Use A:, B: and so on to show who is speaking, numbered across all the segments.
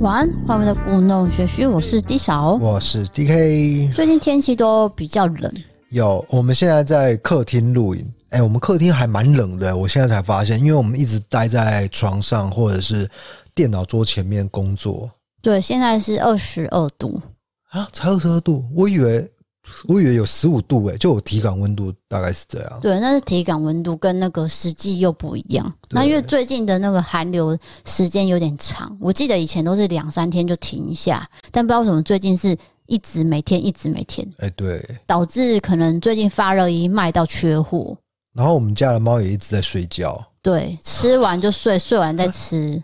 A: 晚安，欢迎回到故弄玄虚，我是 D 嫂。
B: 我是 DK。
A: 最近天气都比较冷，
B: 有，我们现在在客厅录影。哎、我们客厅还蛮冷的，我现在才发现，因为我们一直待在床上或者是电脑桌前面工作
A: 对，现在是二十二度，
B: 啊，才二十二度，我以为我以为有十五度哎，就我体感温度大概是这样。
A: 对，那是体感温度跟那个实际又不一样。那因为最近的那个寒流时间有点长，我记得以前都是两三天就停一下，但不知道为什么最近是一直每天一直每天，
B: 哎、对，
A: 导致可能最近发热衣卖到缺货，
B: 然后我们家的猫也一直在睡觉，
A: 对，吃完就睡，睡完再吃。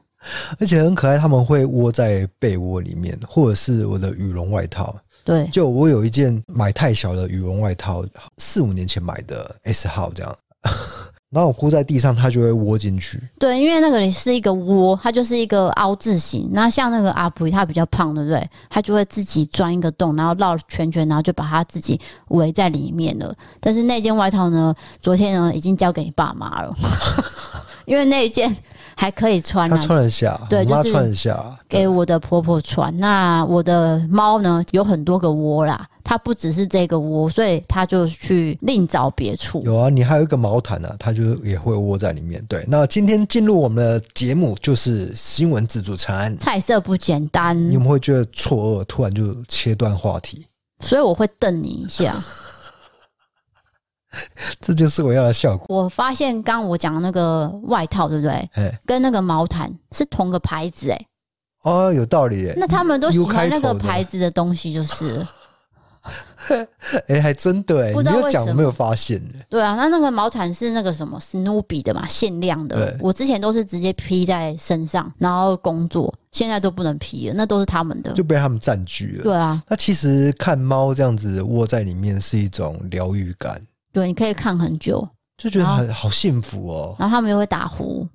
B: 而且很可爱，它们会窝在被窝里面，或者是我的羽绒外套。
A: 对，
B: 就我有一件买太小的羽绒外套，四五年前买的 S 号这样， 然后我铺在地上，它就会窝进去。
A: 对，因为那个里是一个窝，它就是一个凹字形。那像那个阿布，它比较胖，对不对？它就会自己钻一个洞，然后绕圈圈，然后就把它自己围在里面了。但是那件外套呢，昨天呢已经交给你爸妈了， 因为那一件还可以穿、
B: 它
A: 啊，
B: 穿得下，
A: 对
B: 我妈
A: 就是
B: 穿得下，
A: 给我的婆婆穿。那我的猫呢，有很多个窝啦，它不只是这个窝，所以它就去另找别处。
B: 有啊，你还有一个毛毯啊，它就也会窝在里面。对，那今天进入我们的节目就是新闻自助餐，
A: 菜色不简单，
B: 你们会觉得错愕，突然就切断话题，
A: 所以我会瞪你一下。
B: 这就是我要的效果。
A: 我发现刚我讲的那个外套，对不对？
B: 哎，
A: 跟那个毛毯是同个牌子哎、
B: 哦，有道理耶
A: 那。他们都喜
B: U 开
A: 欢
B: 头
A: 那
B: 的
A: 个牌子的东西，就是了
B: 哎，还真的哎，
A: 不
B: 你
A: 知道
B: 没有
A: 为
B: 讲，
A: 什
B: 我
A: 么
B: 没有发现耶。
A: 对啊。那那个毛毯是那个什么史努比的嘛，限量的
B: 对。
A: 我之前都是直接披在身上，然后工作，现在都不能披了，那都是他们的
B: 就。被他们占据了。
A: 对啊，
B: 那其实看猫这样子窝在里面是一种疗愈感，
A: 对，你可以看很久，
B: 就觉得很好幸福哦。
A: 然后他们又会打呼。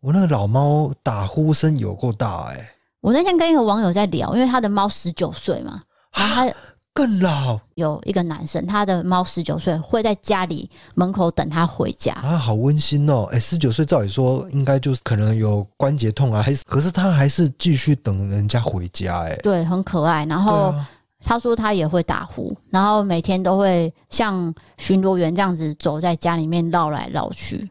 B: 我那个老猫打呼声有够大哎、
A: 我那天跟一个网友在聊，因为他的猫十九岁嘛，
B: 啊
A: 然后他
B: 更老
A: 有一个男生，他的猫十九岁会在家里门口等他回家，
B: 啊，好温馨哦。哎、十九岁照理说应该就是可能有关节痛啊，还是可是它还是继续等人家回家哎、
A: 对，很可爱。然
B: 对
A: 后
B: 啊，
A: 他说他也会打呼，然后每天都会像巡逻员这样子走在家里面绕来绕 去。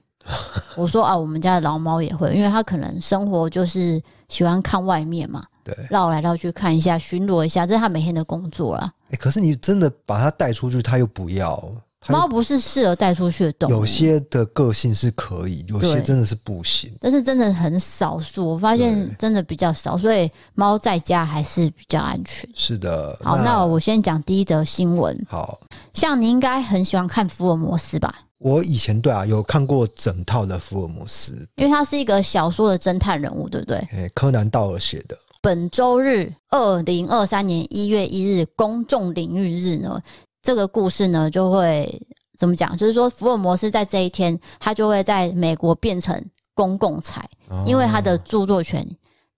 A: 我说啊，我们家的老猫也会，因为它可能生活就是喜欢看外面嘛，
B: 对。
A: 绕来绕去看一下，巡逻一下，这是它每天的工作啦。
B: 哎、可是你真的把它带出去，它又不要。它
A: 猫
B: 又
A: 不是适合带出去的动物，
B: 有些的个性是可以，有些
A: 对
B: 真的是不行。
A: 但是真的很少数，我发
B: 对
A: 现真的比较少，所以猫在家还是比较安全。
B: 是的。
A: 好，那我先讲第一则新闻，
B: 好，
A: 像你应该很喜欢看福尔摩斯吧？
B: 我以前对啊有看过整套的福尔摩斯，
A: 因为他是一个小说的侦探人物，对不对？
B: 诶、柯南道尔写的，
A: 本周日，二零二三年一月一日，公众领域日呢，这个故事呢就会怎么讲？就是说，福尔摩斯在这一天，他就会在美国变成公共财，因为他的
B: 哦
A: 著作权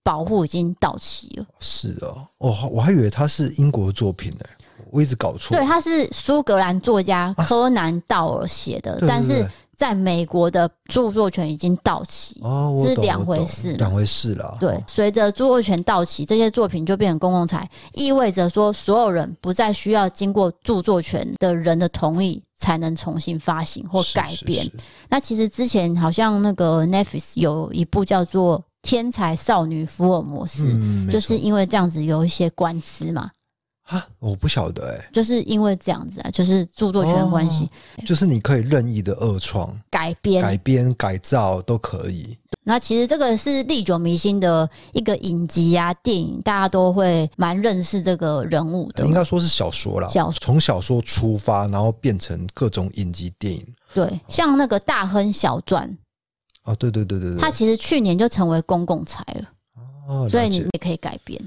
A: 保护已经到期了。
B: 是哦，哦，我还以为他是英国作品呢、我一直搞错。
A: 对，他是苏格兰作家
B: 啊
A: 柯南道尔写的，
B: 对对
A: 但
B: 对
A: 是在美国的著作权已经到期。
B: 哦，我
A: 是
B: 懂
A: 两
B: 我
A: 回
B: 懂
A: 事了
B: 两回事啦。
A: 对
B: 哦，
A: 随着著作权到期，这些作品就变成公共财，意味着说所有人不再需要经过著作权的人的同意才能重新发行或
B: 是
A: 改
B: 是
A: 变。
B: 是
A: 那其实之前好像那个 Netflix 有一部叫做《天才少女福尔摩斯》
B: 嗯，没
A: 就是
B: 错
A: 因为这样子有一些官司嘛，
B: 啊，我不晓得哎、
A: 就是因为这样子啊，就是著作权的关
B: 哦
A: 系、
B: 就是你可以任意的恶创、
A: 哎改编
B: 改编、改造都可以。
A: 那其实这个是历久弥新的一个影集啊、电影，大家都会蛮认识这个人物的
B: 应。该说是小说啦，
A: 小说
B: 从小说出发，然后变成各种影集电影。
A: 对，像那个《大亨小传》，
B: 哦，对对对对对，
A: 它其实去年就成为公共财了，
B: 哦，
A: 所以
B: 了
A: 你
B: 解
A: 也可以改编。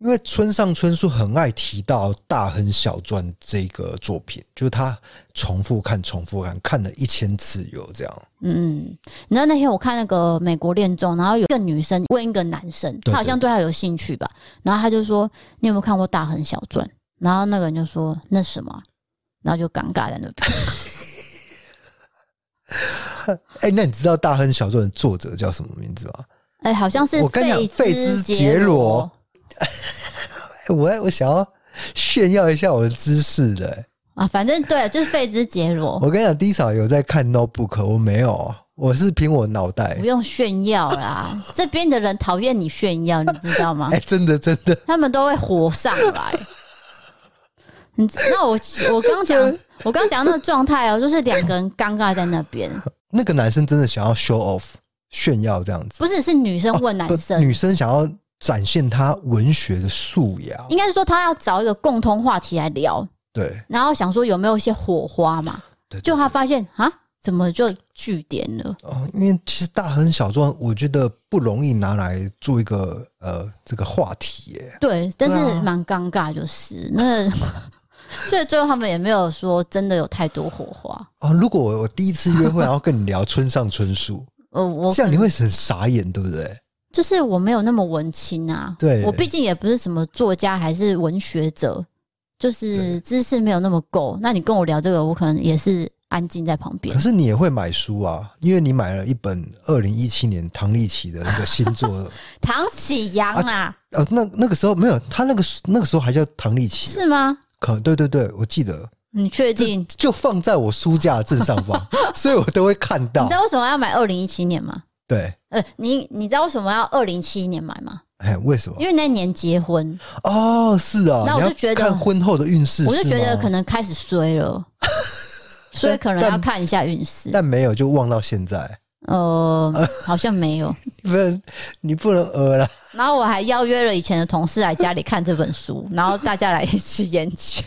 B: 因为村上春树很爱提到《大亨小传》这个作品，就是他重复看、重复看，看了一千次有这样。
A: 嗯，你知道那天我看那个美国恋综，然后有一个女生问一个男生，
B: 对
A: 他好像对他有兴趣吧，然后他就说：“你有没有看过《大亨小传》？”然后那个人就说：“那什么啊？”然后就尴尬在那边。
B: 哎，那你知道《大亨小传》的作者叫什么名字吗？
A: 哎、好像是
B: 我跟你讲
A: 费
B: 费
A: 兹
B: 兹
A: 杰
B: 杰
A: 罗
B: 罗，哎我我想要炫耀一下我的知识的、哎
A: 啊，反正对，就是费兹杰罗，
B: 我跟你讲，低嫂有在看 notebook，我没有，我是凭我脑袋
A: 不。用炫耀啦。这边的人讨厌你炫耀，你知道吗
B: 哎、？真的真的，
A: 他们都会火上来。 你知那我我刚 讲，我刚讲那个状态哦，就是两个人尴尬在那边，
B: 那个男生真的想要 show off 炫耀这样子，
A: 不是是女生问男
B: 不
A: 生，
B: 哦女生想要展现她文学的素养，
A: 应该是说他要找一个共通话题来聊，
B: 对
A: 然后想说有没有一些火花嘛？
B: 对，
A: 就
B: 对
A: 他发现啊，怎么就据点了？
B: 哦，因为其实大亨小传，我觉得不容易拿来做一个呃这个话题耶。
A: 对，但
B: 对
A: 是
B: 啊
A: 蛮尴尬，就是那， 所以最后他们也没有说真的有太多火花。
B: 哦，如果我我第一次约会，然后跟你聊村上春树，
A: 呃，我
B: 这样你会很傻眼，对不对？
A: 就是我没有那么文青啊，
B: 对
A: 我毕竟也不是什么作家，还是文学者，就是知识没有那么够。那你跟我聊这个，我可能也是安静在旁边
B: 可。是你也会买书啊，因为你买了一本二零一七年唐立奇的那个新 作，
A: 唐启阳啊，
B: 呃，那那个时候没有，他那个时那个时候还叫唐立奇，
A: 是吗？
B: 可对对对，我记得
A: 你确
B: 这
A: 定？
B: 就放在我书架的正上 方，所以我都会看
A: 你
B: 到
A: 知。道为什么要买二零一七年吗？
B: 对，
A: 呃，你你知道为什么要二零七一年买吗？
B: 哎，为什么
A: 因？为那年结婚，
B: 哦，是啊，
A: 那我
B: 你要
A: 就觉得
B: 看婚后的运势，
A: 我就觉
B: 是
A: 得
B: 吗
A: 可能开始衰了， 所以可能
B: 但
A: 要看一下运势。
B: 但没有就忘到现在，
A: 呃， 好像没有。
B: 不然你不能呃了。
A: 然后我还邀约了以前的同事来家里看这本 书，然后大家来一起研究。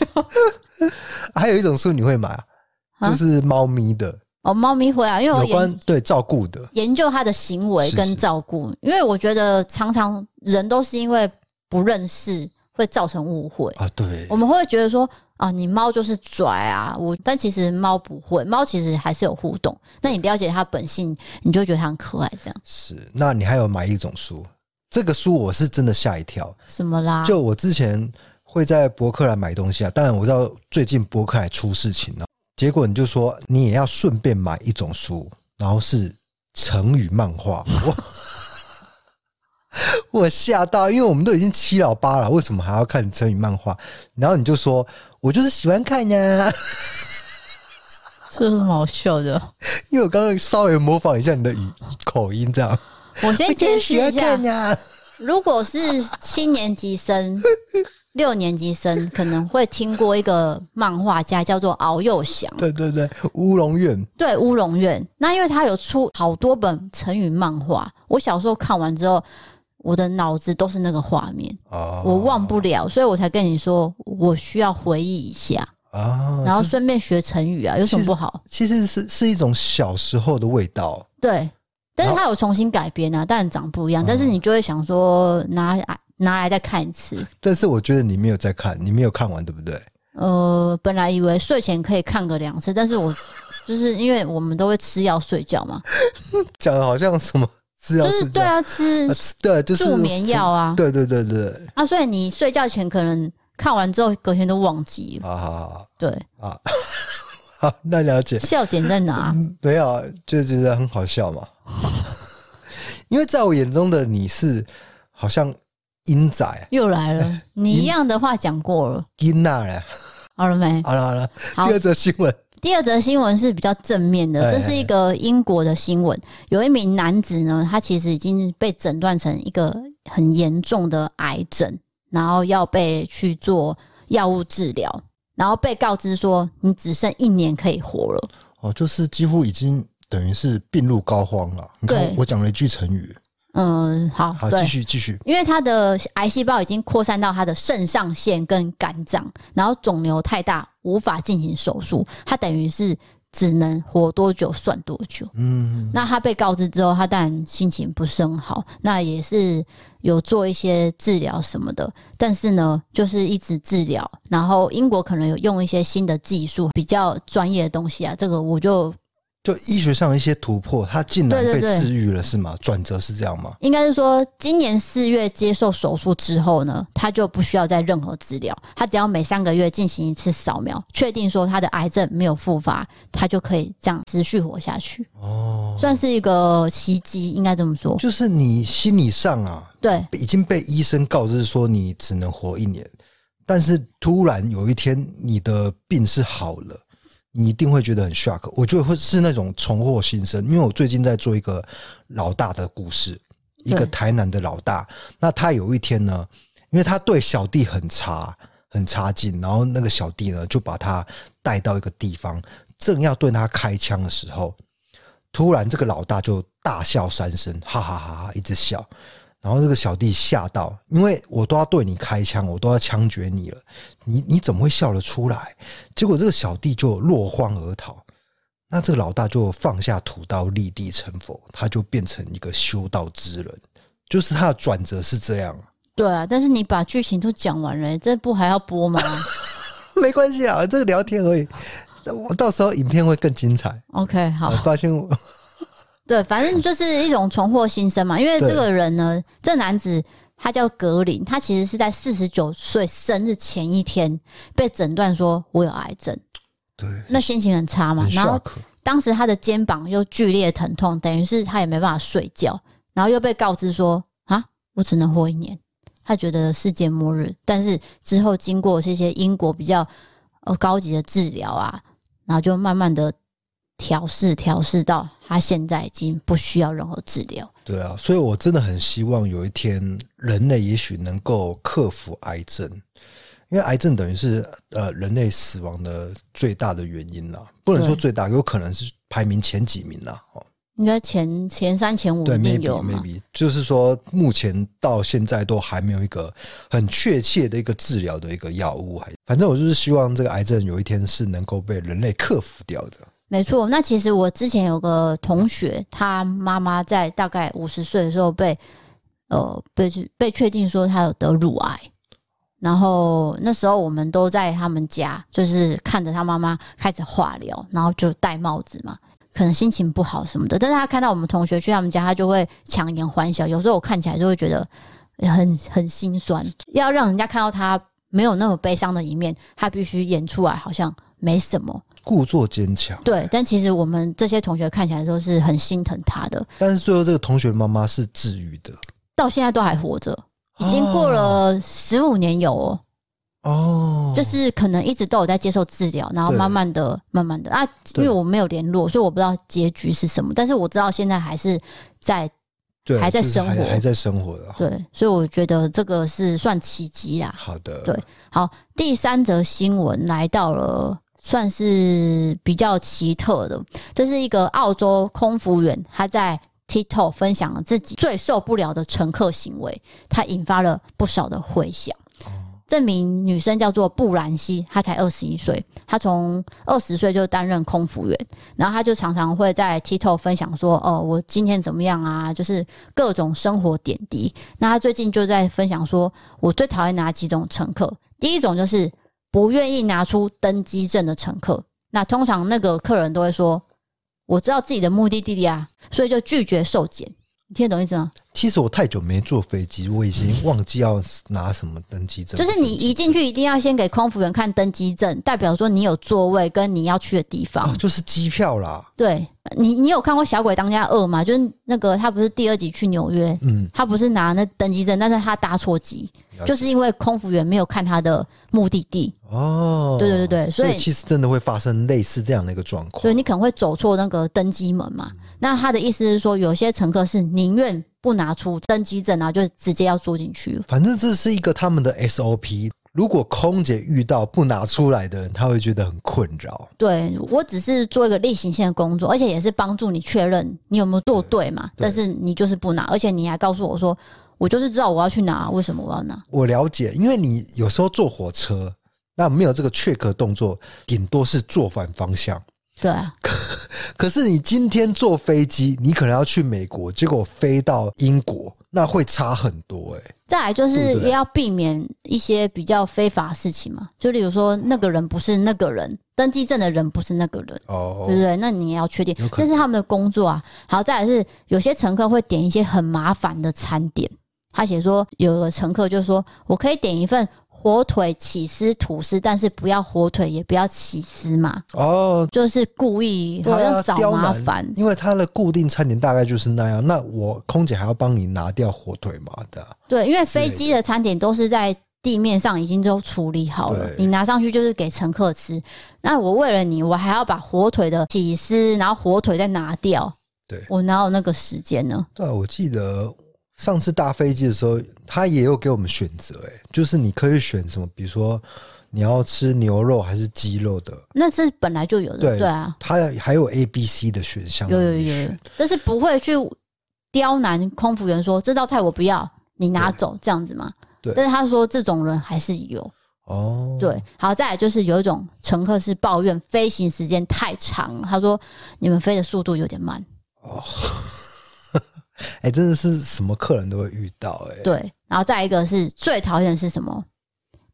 B: 还有一种书你会买啊，
A: 啊
B: 就是猫咪的，
A: 哦，猫咪会啊，因为我
B: 有关
A: 研
B: 对照顾的，
A: 研究它的行为
B: 是
A: 跟
B: 是
A: 照顾，因为我觉得常常人都是因为不认识会造成误会，
B: 啊，对
A: 我，们会觉得说啊，你猫就是拽啊，我但其实猫不会，猫其实还是有互动。那你了解它本性，你就会觉得它很可爱，这样
B: 是。那你还有买一种书，这个书我是真的吓一跳。
A: 什么啦？
B: 就我之前会在博客来买东西啊，当然我知道最近博客来出事情了，结果你就说你也要顺便买一种书，然后是成语漫画， 我我吓到，因为我们都已经七老八了，为什么还要看成语漫画？然后你就说我就是喜欢看呀、
A: 这有什么好笑的？
B: 因为我刚刚稍微模仿一下你的语口音，这样
A: 我先哎解释
B: 喜欢
A: 一下
B: 看，呀、
A: 如果是七年级生、六年级生，可能会听过一个漫画家叫做敖幼祥，
B: 对对对，乌龙院
A: 对乌龙院。那因为他有出好多本成语漫画，我小时候看完之后，我的脑子都是那个画面，
B: 哦
A: 我忘不了，所以我才跟你说，我需要回忆一下，
B: 啊，
A: 然后顺便学成语啊，有什么不好？
B: 其实是是一种小时候的味道。
A: 对，但是他有重新改编啊，但长不一
B: 哦
A: 样，但是你就会想说拿来拿来再看一次。
B: 但是我觉得你没有在看，你没有看完，对不对？
A: 呃，本来以为睡前可以看个两次，但是 我就是因为我们都会吃药睡觉嘛，
B: 讲的好像什么是要
A: 就是
B: 睡觉
A: 对啊，吃
B: 呃对，就是
A: 助眠药啊，
B: 对对对对
A: 啊，所以你睡觉前可能看完之后隔天都忘记了，
B: 啊好
A: 对，
B: 好好，那了解。
A: 笑点在哪？
B: 没有啊，就觉得很好笑嘛。 因为在我眼中的你是好像英仔、
A: 又来了，你一样的话讲过了，
B: 英娜嘞。
A: 好了没？
B: 好了好了，
A: 好
B: 啊第二则新闻
A: 第二则新闻是比较正面的，
B: 哎
A: 这是一个英国的新闻，有一名男子呢，他其实已经被诊断成一个很严重的癌症，然后要被去做药物治疗，然后被告知说你只剩一年可以活了，
B: 哦，就是几乎已经等于是病入膏肓了。你看
A: 对
B: 我讲了一句成语，
A: 嗯，好，
B: 好，
A: 对
B: 继，续继续。
A: 因为它的癌细胞已经扩散到它的肾上腺跟肝脏，然后肿瘤太大无法进行手术，它等于是只能活多久算多久。
B: 嗯，
A: 那他被告知之后，他当然心情不是很好，那也是有做一些治疗什么的，但是呢，就是一直治疗。然后英国可能有用一些新的技术，比较专业的东西啊，这个我就
B: 就医学上的一些突破，它竟然
A: 对
B: 被
A: 对对
B: 治愈了，是吗？转折是这样吗？
A: 应该是说，今年四月接受手术之后呢，他就不需要再任何治疗，他只要每三个月进行一次扫描，确定说他的癌症没有复发，他就可以这样持续活下去，
B: 哦，
A: 算是一个奇迹，应该这么说。
B: 就是你心理上啊，
A: 对，
B: 已经被医生告知说你只能活一年，但是突然有一天你的病是好了，你一定会觉得很 shock。我觉得会是那种重获新生，因为我最近在做一个老大的故事，一个
A: 对
B: 台南的老大，那他有一天呢，因为他对小弟很差。很差劲，然后那个小弟呢就把他带到一个地方，正要对他开枪的时候，突然这个老大就大笑三声，哈哈哈哈，一直笑。然后这个小弟吓到，因为我都要对你开枪，我都要枪决你了，你你怎么会笑得出来？结果这个小弟就落荒而逃。那这个老大就放下屠刀，立地成佛，他就变成一个修道之人。就是他的转折是这样，
A: 对啊，但是你把剧情都讲完了、这部还要播吗
B: 没关系啊，这个聊天而已。我到时候影片会更精彩。
A: ？OK，好
B: 我，发现我
A: 对，反正就是一种重获新生嘛。因为
B: 对
A: 这个人呢，这男子他叫格林，他其实是在四十九岁生日前一天被诊断说我有癌症，
B: 对
A: 那心情很差嘛
B: 很。
A: 然后
B: shock，
A: 当时他的肩膀又剧烈疼痛，等于是他也没办法睡觉，然后又被告知说啊，我只能活一年。他觉得世界末日，但是之后经过这些英国比较呃高级的治疗啊，然后就慢慢的调试调试到他现在已经不需要任何治疗。
B: 对啊，所以我真的很希望有一天人类也许能够克服癌症，因为癌症等于是呃人类死亡的最大的原因啦，不能说
A: 对
B: 最大，有可能是排名前几名啦。哦，
A: 应该前前三前五
B: 对
A: 一定
B: ，maybe
A: 有嘛？
B: maybe，就是说目前到现在都还没有一个很确切的一个治疗的一个药物，还反正我就是希望这个癌症有一天是能够被人类克服掉的。
A: 没错，那其实我之前有个同学，他妈妈在大概五十岁的时候被呃被被确定说她有得乳癌，然后那时候我们都在他们家，就是看着他妈妈开始化疗，然后就戴帽子嘛，可能心情不好什么的。但是他看到我们同学去他们家，他就会强颜欢笑。有时候我看起来就会觉得很很心酸，要让人家看到他没有那么悲伤的一面，他必须演出来好像没什么。
B: 故作坚强，
A: 对，但其实我们这些同学看起来都是很心疼他的，
B: 但是最后这个同学的妈妈是治愈的
A: 到现在都还活着，已经过了十五年有哦，
B: 哦，
A: 就是可能一直都有在接受治疗，然后
B: 对
A: 慢慢的、慢慢的啊，因为我没有联络，所以我不知道结局是什么，但是我知道现在还是在
B: 对
A: 还在
B: 就是
A: 生活
B: 还还在生活的。
A: 对，所以我觉得这个是算奇迹啦。
B: 好的，
A: 对好，第三则新闻来到了，算是比较奇特的。这是一个澳洲空服员，他在 TikTok 分享了自己最受不了的乘客行为，他引发了不少的回响。这名女生叫做布兰西，她才二十一岁，她从二十岁就担任空服员，然后她就常常会在 TikTok 分享说：“哦，我今天怎么样啊？”就是各种生活点滴。那她最近就在分享说，我最讨厌哪几种乘客？第一种就是不愿意拿出登机证的乘客，那通常那个客人都会说：“我知道自己的目的地啊，所以就拒绝受检。”你听得懂意思吗？
B: 其实我太久没坐飞机，我已经忘记要拿什么登机证。
A: 就是你一进去一定要先给空服员看登机证，代表说你有座位跟你要去的地方。
B: 啊，就是机票啦，
A: 对你，你有看过《小鬼当家二》吗？就是那个他不是第二集去纽约，
B: 嗯，
A: 他不是拿那登机证，但是他搭错机
B: 了，解
A: 就是因为空服员没有看他的目的地。
B: 哦，
A: 对对对对
B: 所
A: 所以
B: 其实真的会发生类似这样的一个状
A: 所
B: 况
A: 以。你可能会走错那个登机门嘛。那他的意思是说，有些乘客是宁愿不拿出登机证，然后就直接要坐进去。
B: 反正这是一个他们的 SOP。如果空姐遇到不拿出来的人，她会觉得很困扰。
A: 对我只是做一个例行性的工作，而且也是帮助你确认你有没有做对嘛。但是你就是不拿，而且你还告诉我说，我就是知道我要去拿，为什么我要拿？
B: 我了解，因为你有时候坐火车，那没有这个 check 动作，顶多是坐反方向。
A: 对啊，
B: 可是你今天坐飞机，你可能要去美国，结果飞到英国，那会差很多哎、
A: 再来就是
B: 对不对
A: 也要避免一些比较非法的事情嘛，就例如说那个人不是那个人，登记证的人不是那个人，
B: 哦
A: 对不对？那你也要确定
B: 有，可
A: 这
B: 能
A: 是他们的工作啊。好，再来是有些乘客会点一些很麻烦的餐点，他写说有的乘客就说我可以点一份火腿起司吐司，但是不要火腿也不要起司嘛，
B: 哦，
A: 就是故意嗯
B: 对
A: 好
B: 啊
A: 像找
B: 刁
A: 麻
B: 难
A: 烦。
B: 因为它的固定餐点大概就是那样。那我空姐还要帮你拿掉火腿嘛的啊，
A: 对，因为飞机的餐点都是在地面上已经都处理好了，
B: 对
A: 你拿上去就是给乘客吃。那我为了你，我还要把火腿的起司，然后火腿再拿掉。
B: 对
A: 我哪有那个时间呢？
B: 对啊，我记得上次搭飞机的时候，他也有给我们选择，哎，就是你可以选什么，比如说你要吃牛肉还是鸡肉的，
A: 那是本来就有的，
B: 对
A: 对啊，
B: 它还有 A、B、C 的选项
A: 有
B: 让
A: 有
B: 你
A: 有有
B: 选。，
A: 但是不会去刁难空服员说这道菜我不要，你拿走这样子嘛。
B: 对
A: 但是他说这种人还是有。
B: 哦，
A: 对，好，再来就是有一种乘客是抱怨飞行时间太长了，他说你们飞的速度有点慢。
B: 哎、真的是什么客人都会遇到、哎，
A: 对，然后再一个是最讨厌的是什么？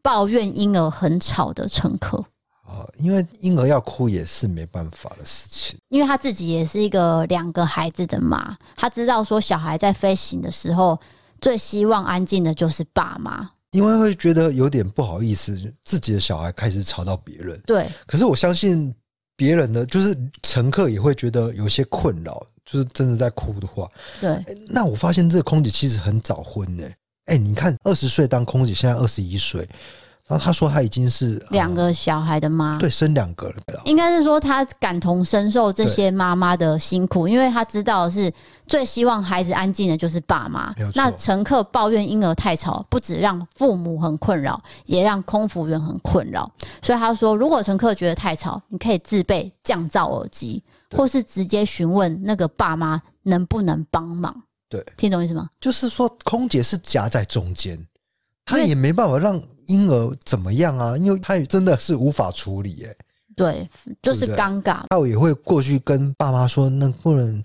A: 抱怨婴儿很吵的乘客，
B: 啊，因为婴儿要哭也是没办法的事情。
A: 因为他自己也是一个两个孩子的妈，他知道说小孩在飞行的时候最希望安静的就是爸妈。
B: 因为会觉得有点不好意思，自己的小孩开始吵到别人。
A: 对，
B: 可是我相信别人的，就是乘客也会觉得有些困扰，就是真的在哭的话，
A: 对，
B: 诶那我发现这个空姐其实很早婚呢、哎、你看二十岁当空姐，现在二十一岁，然后她说她已经是呃
A: 两个小孩的妈。
B: 对，生两个了。
A: 应该是说他感同身受这些妈妈的辛苦，因为他知道是最希望孩子安静的就是爸妈
B: 没有。错
A: 那乘客抱怨婴儿太吵，不止让父母很困扰，也让空服员很困扰。所以他说，如果乘客觉得太吵，你可以自备降噪耳机，
B: 对
A: 或是直接询问那个爸妈能不能帮忙。
B: 对，
A: 听懂意思吗？
B: 就是说，空姐是夹在中间，她
A: 因为
B: 也没办法让婴儿怎么样啊，因为她也真的是无法处理、欸。
A: 对，就是
B: 对不对
A: 尴尬。
B: 那我也会过去跟爸妈说，能不能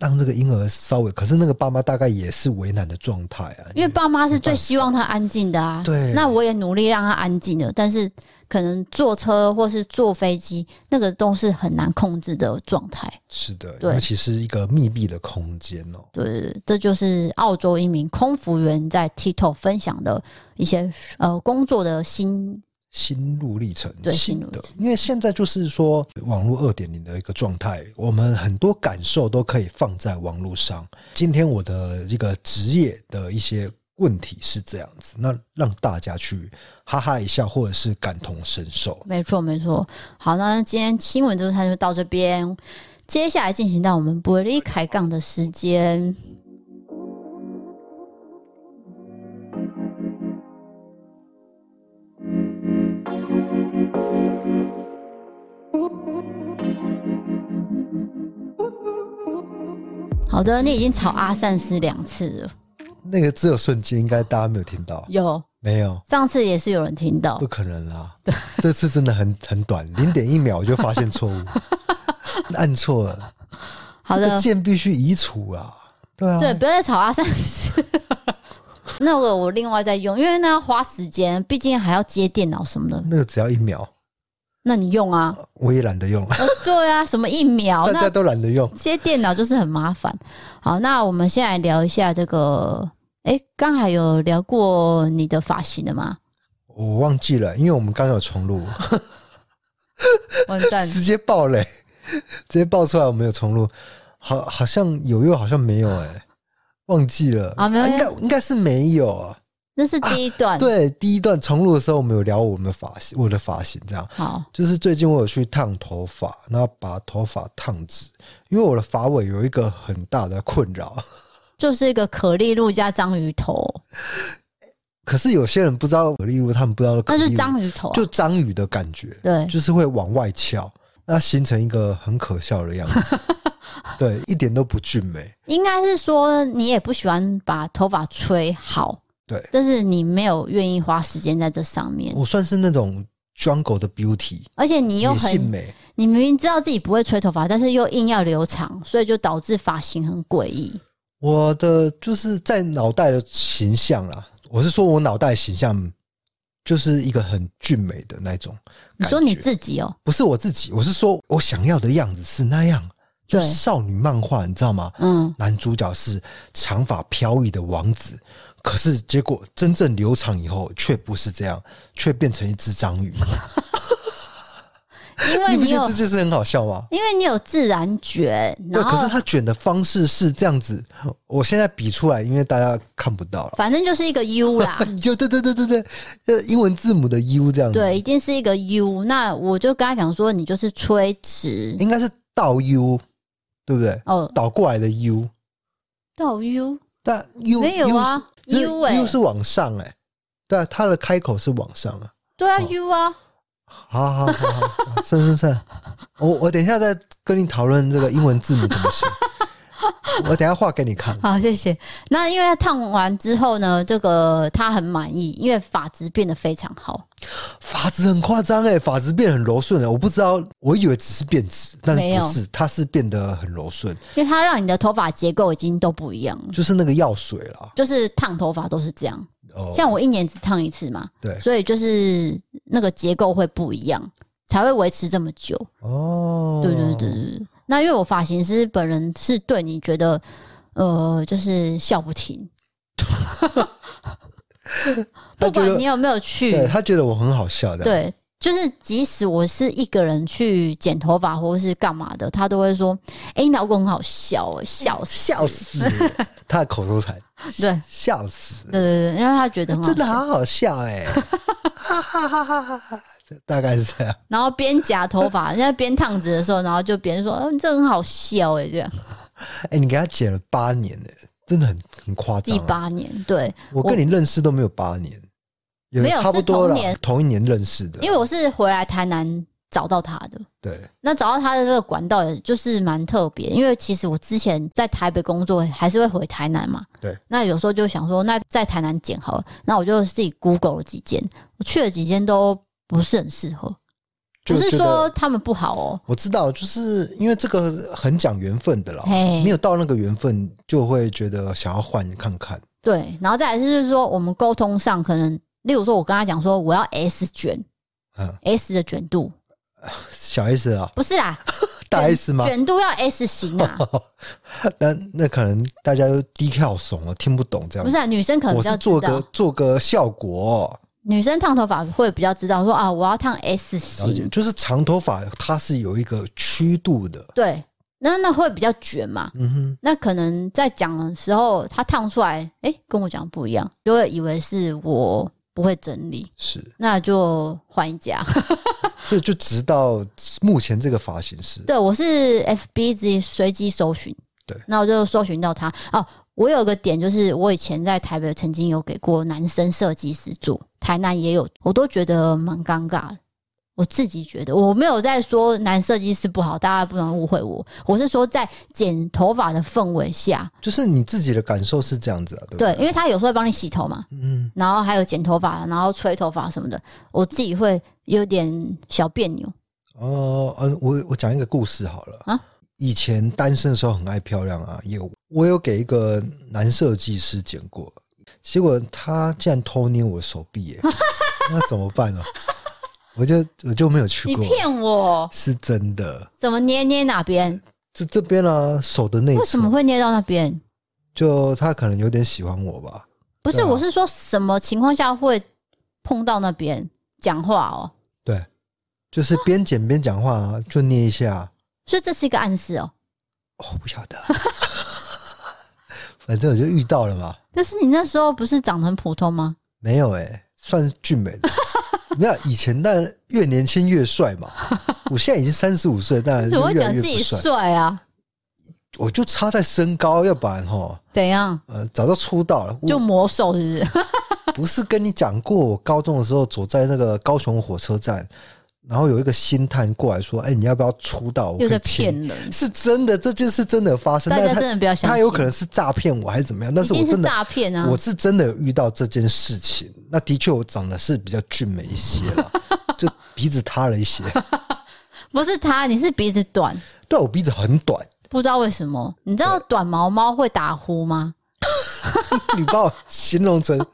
B: 让这个婴儿稍微？可是那个爸妈大概也是为难的状态啊，
A: 因为爸妈是最希望他安静的啊。
B: 对
A: 那我也努力让他安静的，但是可能坐车或是坐飞机，那个都是很难控制的状态。
B: 是的，
A: 对
B: 尤其是一个密闭的空间哦。
A: 对对对，这就是澳洲一名空服员在 TikTok 分享的一些呃工作的心。
B: 心路历程，
A: 对
B: 新
A: 心路历
B: 的
A: 程，
B: 因为现在就是说网络二点零的一个状态，我们很多感受都可以放在网络上。今天我的这个职业的一些问题是这样子，那让大家去哈哈一笑，或者是感同身受。
A: 没错没错。好，那今天新闻就是它就到这边，接下来进行到我们伯利开杠的时间。好的，你已经吵阿善斯两次了，
B: 那个只有瞬间，应该大家没有听到，
A: 有
B: 没有。
A: 上次也是有人听到
B: 不，可能啦！对，这次真的很很短，零点一秒我就发现错 误，按错了。
A: 好的
B: 这个键必须移除啊！对啊，
A: 对，不要再吵啊，三十。 那我我另外再用，因为那要花时间，毕竟还要接电脑什么的。
B: 那个只要一秒，
A: 那你用 啊，
B: 我也懒得用，
A: 呃对啊，什么一秒，
B: 大家
A: 那
B: 都懒得用。
A: 接电脑就是很麻烦。好，那我们先来聊一下这个。哎，刚才有聊过你的发型的吗？
B: 我忘记了，因为我们刚有重录，
A: 完 蛋，
B: 直接爆嘞、直接爆出来，我们有重录，好好像有又好像没有哎、忘记了
A: 啊没有
B: 应该应该是没有啊。
A: 那是第一段。，
B: 对，第一段重录的时候，我们有聊我们的发型，我的发型这样。
A: 好，
B: 就是最近我有去烫头发，然后把头发烫直，因为我的发尾有一个很大的困扰。
A: 就是一个可丽露加章鱼头。
B: 可是有些人不知道蛤蜊屋，他们不知道
A: 那
B: 蛤
A: 就
B: 蜊
A: 是
B: 屋
A: 章鱼头啊、
B: 就章鱼的感觉，
A: 对
B: 就是会往外翘，那形成一个很可笑的样 子，对，一点都不俊美。
A: 应该是说你也不喜欢把头发吹好，
B: 对
A: 但是你没有愿意花时间在这上面，
B: 我算是那种 jungle 的 beauty，
A: 而且你又
B: 野性
A: 很，
B: 美，
A: 你明明知道自己不会吹头发，但是又硬要留长，所以就导致发型很诡异。
B: 我的就是在脑袋的形象啦，我是说我脑袋形象就是一个很俊美的那种感
A: 你
B: 觉。
A: 说你自己哦、
B: 不是我自己，我是说我想要的样子是那样，就
A: 对
B: 少女漫画，你知道吗？
A: 嗯，
B: 男主角是长发飘逸的王子，可是结果真正流长以后却不是这样，却变成一只章鱼。
A: 因为
B: 你不
A: 你
B: 觉
A: 有
B: 得这，件事很好笑吗？
A: 因为你有自然觉，
B: 对，
A: 然
B: 可
A: 后
B: 是他卷的方式是这样子，我现在比出来，因为大家看不到了。
A: 反正就是一个 U 啦，
B: 就对对对对对，呃，英文字母的 U 这样子，
A: 对，一，定是一个 U。那我就跟他讲说，你就是吹直
B: 应该是倒 U，对不对？
A: 哦，
B: 倒过来的 U，
A: 倒 U
B: 但 U
A: 没有啊
B: U 是
A: ，U 哎、
B: U 是往上哎、对啊，它的开口是往上啊。
A: 对啊
B: 哦
A: ，U 啊，
B: 好好好 好好，是是是，我我等一下再跟你讨论这个英文字母怎么写，我等一下画给你看。
A: 好，谢谢。那因为他烫完之后呢，这个他很满意，因为发质变得非常好。
B: 发质很夸张哎，发质变得很柔顺了，我不知道，我以为只是变直，但
A: 没
B: 是
A: 有
B: 不是，它是变得很柔顺，
A: 因为它让你的头发结构已经都不一样了。
B: 就是那个药水啦。
A: 就是烫头发都是这样，
B: 哦，哎
A: 像我一年只烫一次嘛，
B: 对
A: 所以就是那个结构会不一样，才会维持这么久。
B: 哦，
A: 对对对，对对。那因为我发型师本人是对你觉得，呃，就是笑不 停，
B: 他
A: 不
B: 觉
A: 管你
B: 得，
A: 有没有去，
B: 对他觉得我很好笑的，，
A: 对，就是即使我是一个人去剪头发或是干嘛的，他都会说：“哎、你老公很好笑哦，笑死
B: 笑。死，他的口头禅，
A: 对
B: 笑死”，
A: 对对对，因为他觉得很好
B: 真的
A: 笑，
B: 好好笑 哎，哈哈哈哈哈哈，这大概是这样。
A: 然后边夹头发， 现在边烫直的时候，然后就别人说：“哦，你这很好笑哎，这样
B: 哎、你给他剪了八年呢、真的很很夸张
A: 第
B: 啊、
A: 八年，对，
B: 我跟你认识都没有八年，也
A: 没有
B: 差不多
A: 是同
B: 啦
A: 年，
B: 同一年认识的。
A: 因为我是回来台南找到他的，
B: 对
A: 那找到他的这个管道，也就是蛮特别，因为其实我之前在台北工作，还是会回台南嘛。
B: 对。
A: 那有时候就想说，那在台南剪好了，那我就自己 Google 了几间，我去了几间都不是很适合，
B: 就
A: 不是
B: 觉得
A: 说他们不好哦、
B: 我知道，就是因为这个很讲缘分的啦，
A: 嘿
B: 没有到那个缘分就会觉得想要换看看。
A: 对，然后再来就是说，我们沟通上可能，例如说，我跟他讲说我要 S 卷
B: 嗯，
A: ，S 的卷度
B: 小 S 啊，
A: 不是啦，
B: 大 S 吗？
A: 卷度要 S 型 啊，
B: 那那可能大家都低跳怂了，听不懂这样。
A: 不是、啊、女生可能
B: 我
A: 比较
B: 是
A: 知
B: 做个
A: 道，
B: 做个效果、哦
A: 女生烫头发会比较知道说啊，我要烫 S
B: 了解，
A: 型，
B: 就是长头发它是有一个曲度的。
A: 对，那那会比较卷嘛。
B: 嗯哼，
A: 那可能在讲的时候，他烫出来，哎、跟我讲不一样，就会以为是我不会整理，
B: 是。
A: 那就换一家。
B: 所以就直到目前这个发型师，
A: 对我是 FB 自己随机搜寻，
B: 对
A: 那我就搜寻到他哦。我有个点就是，我以前在台北曾经有给过男生设计师做，台南也有，我都觉得蛮尴尬的。我自己觉得，我没有在说男设计师不好，大家不能误会我。我是说，在剪头发的氛围下，
B: 就是你自己的感受是这样子啊，对不
A: 对，因为他有时候会帮你洗头嘛，
B: 嗯，
A: 然后还有剪头发，然后吹头发什么的，我自己会有点小别扭。
B: 哦，嗯，我我讲一个故事好了
A: 啊
B: 以前单身的时候很爱漂亮啊，有我有给一个男设计师剪过，结果他竟然偷捏我手臂 耶，那怎么办呢、我就我就没有去
A: 你
B: 过，
A: 骗我，
B: 是真的，
A: 怎么捏捏哪边？
B: 这这边啊，手的内
A: 为什么
B: 侧，
A: 会捏到那边？
B: 就他可能有点喜欢我吧，
A: 不是，
B: 对啊
A: 我是说什么情况下会碰到那边讲话哦？
B: 对，就是边剪边讲话啊， 就捏一下啊、
A: 所以这是一个暗示哦。
B: 我不晓得， 反正我就遇到了嘛。
A: 但是你那时候不是长得很普通吗？
B: 没有哎、算是俊美的。 没有以前，但越年轻越帅嘛。我现在已经三十五岁，当然
A: 怎
B: 就
A: 么会
B: 越来
A: 讲
B: 越
A: 自
B: 不
A: 己
B: 帅。
A: 帅啊？
B: 我就差在身高，要不然哈，
A: 怎样？
B: 呃，早就出道了。
A: 就
B: 我
A: 魔兽是不是？
B: 不是跟你讲过，我高中的时候走在那个高雄火车站，然后有一个星探过来说：“哎、你要不要出道？”我可
A: 又
B: 以
A: 在
B: 请
A: 骗人，
B: 是真的，这件事真的发生，
A: 大
B: 但
A: 家
B: 是
A: 真的不要
B: 他
A: 相信，
B: 他有可能是诈骗我还是怎么样，但
A: 一
B: 是我
A: 定是
B: 真的。
A: 诈骗啊
B: 我！是真的有遇到这件事情，那的确我长得是比较俊美一些 了，就鼻子塌了一些。
A: 不是他，你是鼻子短，
B: 对我鼻子很短，
A: 不知道为什么。你知道短毛猫会打呼吗？
B: 你把我形容成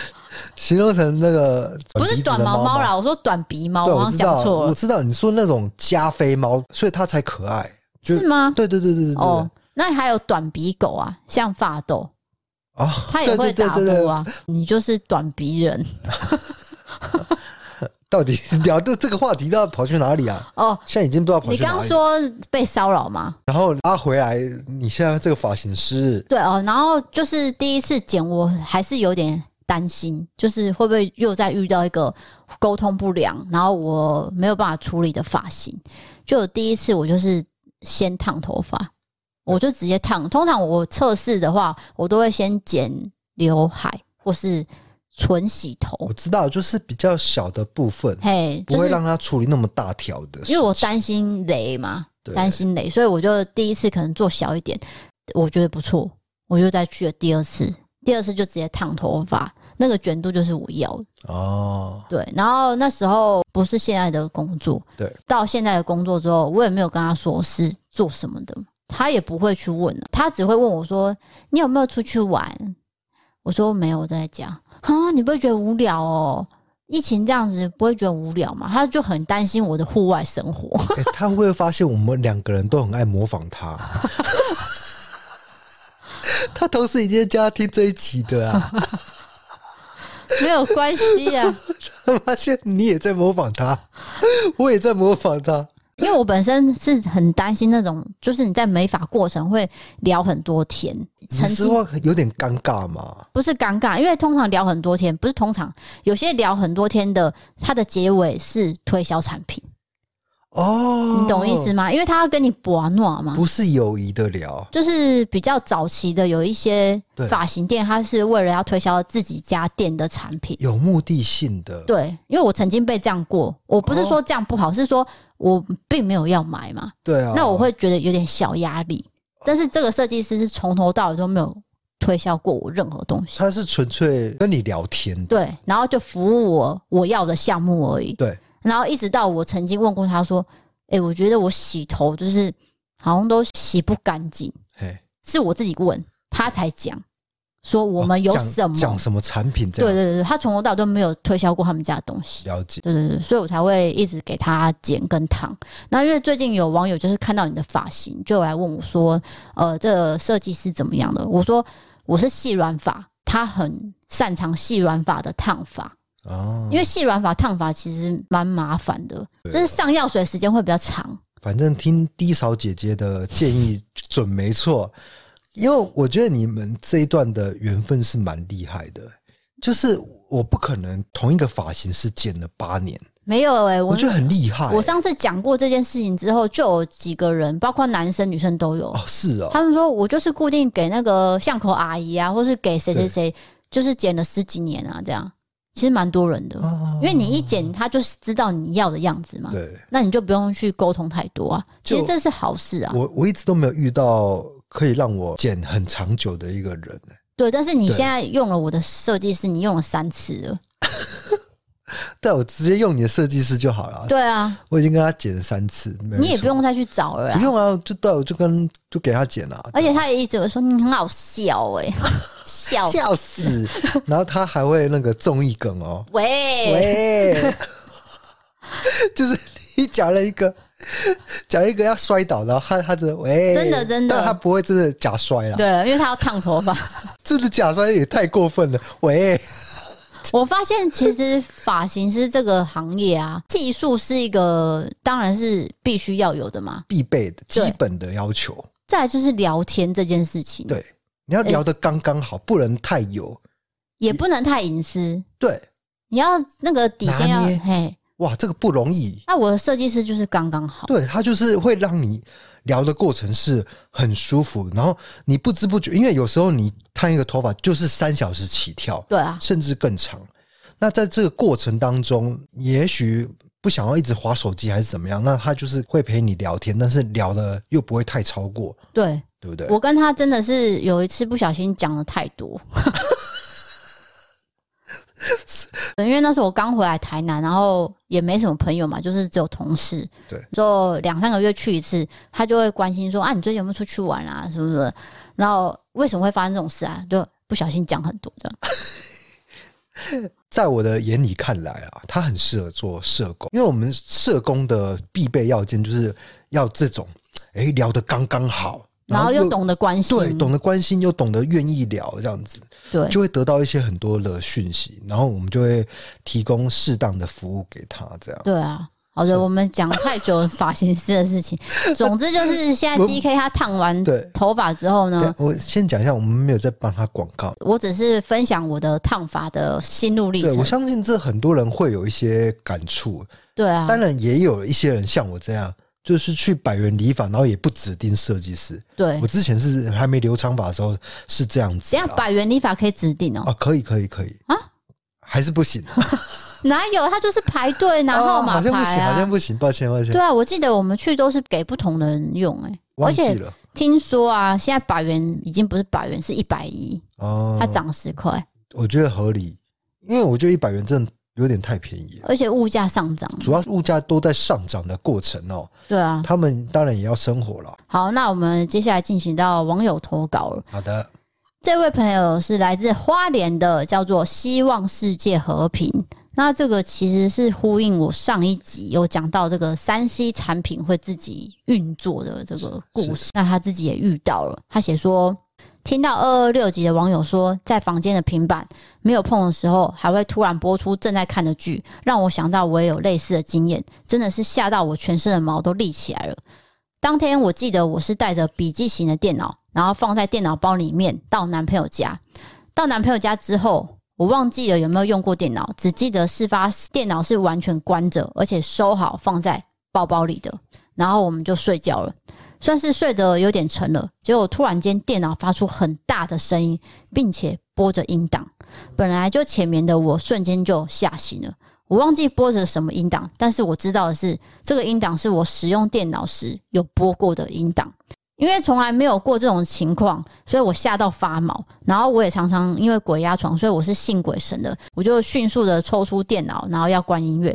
B: 形容成那个
A: 不
B: 呃
A: 是
B: 鼻子的
A: 短毛
B: 猫
A: 猫
B: 吗
A: 啦，我说短鼻猫，
B: 对，
A: 我好
B: 我
A: 像
B: 知
A: 讲
B: 道，
A: 错
B: 我
A: 了，
B: 知道，你说那种加菲猫，所以它才可爱，就是
A: 吗？
B: 对对对对对对。
A: 哦，那还有短鼻狗啊，像发豆，
B: 啊，
A: 它也会
B: 对
A: 打
B: 对对对
A: 呼啊。你就是短鼻人
B: 到底 聊的这个话题到底跑去哪里啊？
A: 哦。
B: 现在已经不知道跑
A: 你
B: 去哪里。
A: 刚说被骚扰吗？
B: 然后拉回来，你现在这个发型师，
A: 对哦，然后就是第一次剪，我还是有点担心，就是会不会又再遇到一个沟通不良，然后我没有办法处理的发型。就有第一次，我就是先烫头发，我就直接烫。通常我测试的话，我都会先剪刘海或是纯洗头，
B: 我知道，就是比较小的部分，
A: 嘿，
B: 不
A: 就
B: 会
A: 是
B: 让他处理那么大条的事情。
A: 因为我担心雷嘛，
B: 对
A: 担心雷，所以我就第一次可能做小一点，我觉得不错，我就再去了第二次，第二次就直接烫头发，那个卷度就是我要的。
B: 哦，
A: 对，然后那时候不是现在的工作，
B: 对，
A: 到现在的工作之后，我也没有跟他说是做什么的，他也不会去问、啊他只会问我说你有没有出去玩？我说没有，我在家。啊，你不会觉得无聊哦？疫情这样子不会觉得无聊吗？他就很担心我的户外生活。
B: 诶哎他会不会发现我们两个人都很爱模仿他？ 他同时已经在家听这一集的啊，
A: 没有关系啊，
B: 他发现你也在模仿他，我也在模仿他。
A: 因为我本身是很担心那种，就是你在美发过程会聊很多天，
B: 你
A: 曾
B: 是
A: 经
B: 会有点尴尬嘛？
A: 不是尴尬，因为通常聊很多天，不是通常有些聊很多天的，它的结尾是推销产品，
B: 哦，
A: 你懂意思？吗？因为他要跟你博诺嘛。
B: 不是友谊的聊，
A: 就是比较早期的有一些
B: 对
A: 发型店，它是为了要推销自己家店的产品。
B: 有目的性的。
A: 对，因为我曾经被这样过，我
B: 哦
A: 不是说这样不好，是说我并没有要买嘛。
B: 对啊，
A: 那我会觉得有点小压力。但是这个设计师是从头到尾都没有推销过我任何东西，
B: 他是纯粹跟你聊天的。
A: 对，然后就服务我我要的项目而已。
B: 对，
A: 然后一直到我曾经问过他说：“诶，我觉得我洗头就是好像都洗不干净。
B: 嘿”
A: 是我自己问他才讲，说我们有
B: 哦讲
A: 什么？
B: 讲什么产品这
A: 对
B: 样？
A: 对对，他从头到尾都没有推销过他们家的东西。
B: 了解。
A: 对对对，所以我才会一直给他剪跟烫。那因为最近有网友就是看到你的发型，就有来问我说，呃，这个设计师怎么样的？我说我是细软发，他很擅长细软发的烫法，
B: 哦，
A: 因为细软发烫法其实蛮麻烦的，
B: 对
A: 就是上药水时间会比较长。
B: 反正听低嫂姐姐的建议准没错，因为我觉得你们这一段的缘分是蛮厉害的。就是我不可能同一个发型师剪了八年，
A: 没有诶、
B: 我
A: 我
B: 觉得很欸厉害、
A: 我上次讲过这件事情之后，就有几个人，包括男生女生都有，
B: 哦是哦，
A: 他们说我就是固定给那个巷口阿姨啊，或是给谁谁谁，就是剪了十几年啊，这样其实蛮多人的，
B: 哦
A: 因为你一剪，他就是知道你要的样子嘛，
B: 对
A: 那你就不用去沟通太多啊，
B: 就
A: 其实这是好事啊，
B: 我我一直都没有遇到可以让我剪很长久的一个人，
A: 对。但是你
B: 对
A: 现在用了我的设计师，你用了三次了，
B: 但我直接用你的设计师就好了。
A: 对啊，
B: 我已经跟他剪了三次，没
A: 你也
B: 错
A: 不用再去找了
B: 不
A: 啊。
B: 用啊，就对，我就跟就给他剪啊，
A: 而且他也一直有说你很好笑 哎、 笑死
B: 笑死，然后他还会那个综艺梗哦，
A: 喂，
B: 喂， 就是你讲了一个。讲一个要摔倒，然后他他真的喂，
A: 真的真的
B: 但他不会真的假摔啦，
A: 对了，因为他要烫头发。
B: 真的假摔也太过分了，喂，
A: 我发现其实发型师这个行业啊，技术是一个当然是必须要有的嘛。
B: 必备的基
A: 对
B: 本的要求，
A: 再来就是聊天这件事情，
B: 对，你要聊得刚刚好，不能太油，
A: 也不能太隐私，
B: 对，
A: 你要那个底线要
B: 拿捏
A: 嘿，
B: 哇，这个不容易。
A: 那我的设计师就是刚刚好，
B: 对，它就是会让你聊的过程是很舒服，然后你不知不觉，因为有时候你烫一个头发就是三小时起跳，
A: 对啊，
B: 甚至更长。那在这个过程当中，也许不想要一直划手机还是怎么样，那他就是会陪你聊天，但是聊的又不会太超过，
A: 对
B: 对不对？
A: 我跟他真的是有一次不小心讲的太多。 对因为那时候我刚回来台南，然后也没什么朋友嘛，就是只有同事。
B: 对，
A: 就两三个月去一次，他就会关心说：“啊，你最近有没有出去玩啊？什么什么的？”然后为什么会发生这种事啊？就不小心讲很多这样。
B: 啊在我的眼里看来啊，他很适合做社工，因为我们社工的必备要件就是要这种，哎、聊得刚刚好，
A: 然后又懂得关心，
B: 对，懂得关心，又懂得愿意聊，这样子
A: 对
B: 就会得到一些很多的讯息，然后我们就会提供适当的服务给他，这样。
A: 对啊。好的，我们讲太久了发型师的事情。总之就是现在
B: 我
A: D K 他烫完
B: 对
A: 头发之后呢
B: 对，我先讲一下，我们没有在帮他广告。
A: 我只是分享我的烫发的心路历
B: 对，我
A: 程。
B: 相信这很多人会有一些感触，
A: 对啊，
B: 当然也有一些人像我这样，就是去百元理发，然后也不指定设计师。
A: 对
B: 我。之前是还没留长发的时候是这样子
A: 怎
B: 啦，
A: 样？百元理发可以指定哦、
B: 啊，可以可以可以
A: 啊，
B: 还是不行，
A: 哪有？他就是排队 拿号
B: 哦
A: 码
B: 好像不
A: 牌
B: 行，好像
A: 啊。
B: 不行，抱歉抱歉，
A: 对啊，我记得我们去都是给不同的人用哎、
B: 忘
A: 而
B: 记
A: 且
B: 了
A: 听说啊，现在百元已经不是百元，是一百一，
B: 哦。
A: 它涨十块，
B: 我觉得合理，因为我觉得一百元真的有点太便宜了。
A: 而且物价上涨。
B: 主要物价都在上涨的过程哦，
A: 对啊。
B: 他们当然也要生活了。
A: 好，那我们接下来进行到网友投稿了。
B: 好的，
A: 这位朋友是来自花莲的，叫做“希望世界和平”。那这个其实是呼应我上一集有讲到这个三 C 产品会自己运作的这个故事。那他自己也遇到了，他写说，听到二二六集的网友说，在房间的平板没有碰的时候，还会突然播出正在看的剧，让我想到我也有类似的经验，真的是吓到我全身的毛都立起来了。当天我记得我是带着笔记型的电脑，然后放在电脑包里面到男朋友家。到男朋友家之后，我忘记了有没有用过电脑，只记得事发时电脑是完全关着，而且收好放在包包里的。然后我们就睡觉了，算是睡得有点沉了。结果突然间电脑发出很大的声音，并且播着音档。本来就浅眠的我，瞬间就吓醒了。我忘记播着什么音档，但是我知道的是，这个音档是我使用电脑时有播过的音档。因为从来没有过这种情况，所以我吓到发毛。然后我也常常因为鬼压床，所以我是信鬼神的，我就迅速的抽出电脑，然后要关音乐，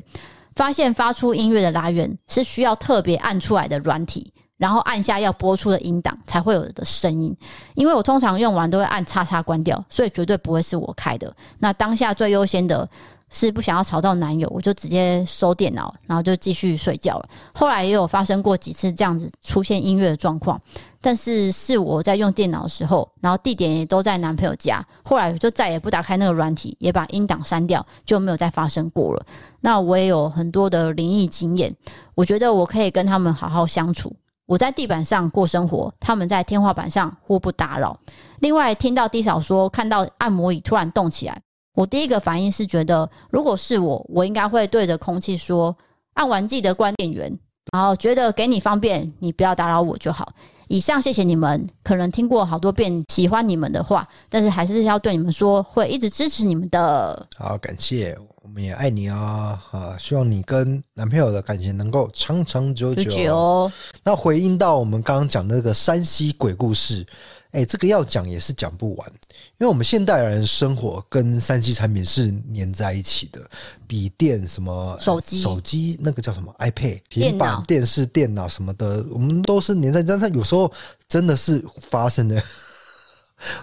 A: 发现发出音乐的来源是需要特别按出来的软体，然后按下要播出的音档才会有的声音。因为我通常用完都会按叉叉关掉，所以绝对不会是我开的。那当下最优先的是不想要吵到男友，我就直接收电脑，然后就继续睡觉了。后来也有发生过几次这样子出现音乐的状况，但是是我在用电脑的时候，然后地点也都在男朋友家。后来我就再也不打开那个软体，也把音档删掉，就没有再发生过了。那我也有很多的灵异经验，我觉得我可以跟他们好好相处。我在地板上过生活，他们在天花板上互不打扰。另外，听到低嫂说看到按摩椅突然动起来，我第一个反应是觉得，如果是我，我应该会对着空气说：“按完记得关电源。”然后觉得给你方便，你不要打扰我就好。以上谢谢你们，可能听过好多遍喜欢你们的话，但是还是要对你们说，会一直支持你们的。
B: 好，感谢，我们也爱你哦，啊，希望你跟男朋友的感情能够长长久
A: 九
B: 久。
A: 九，
B: 那回应到我们刚刚讲那个山西鬼故事，哎、这个要讲也是讲不完，因为我们现代人生活跟山西产品是粘在一起的，笔电什么
A: 手机
B: 手机那个叫什么 iPad、
A: 电
B: 平
A: 脑
B: 板、电视、电脑什么的，我们都是粘在，但它有时候真的是发生的。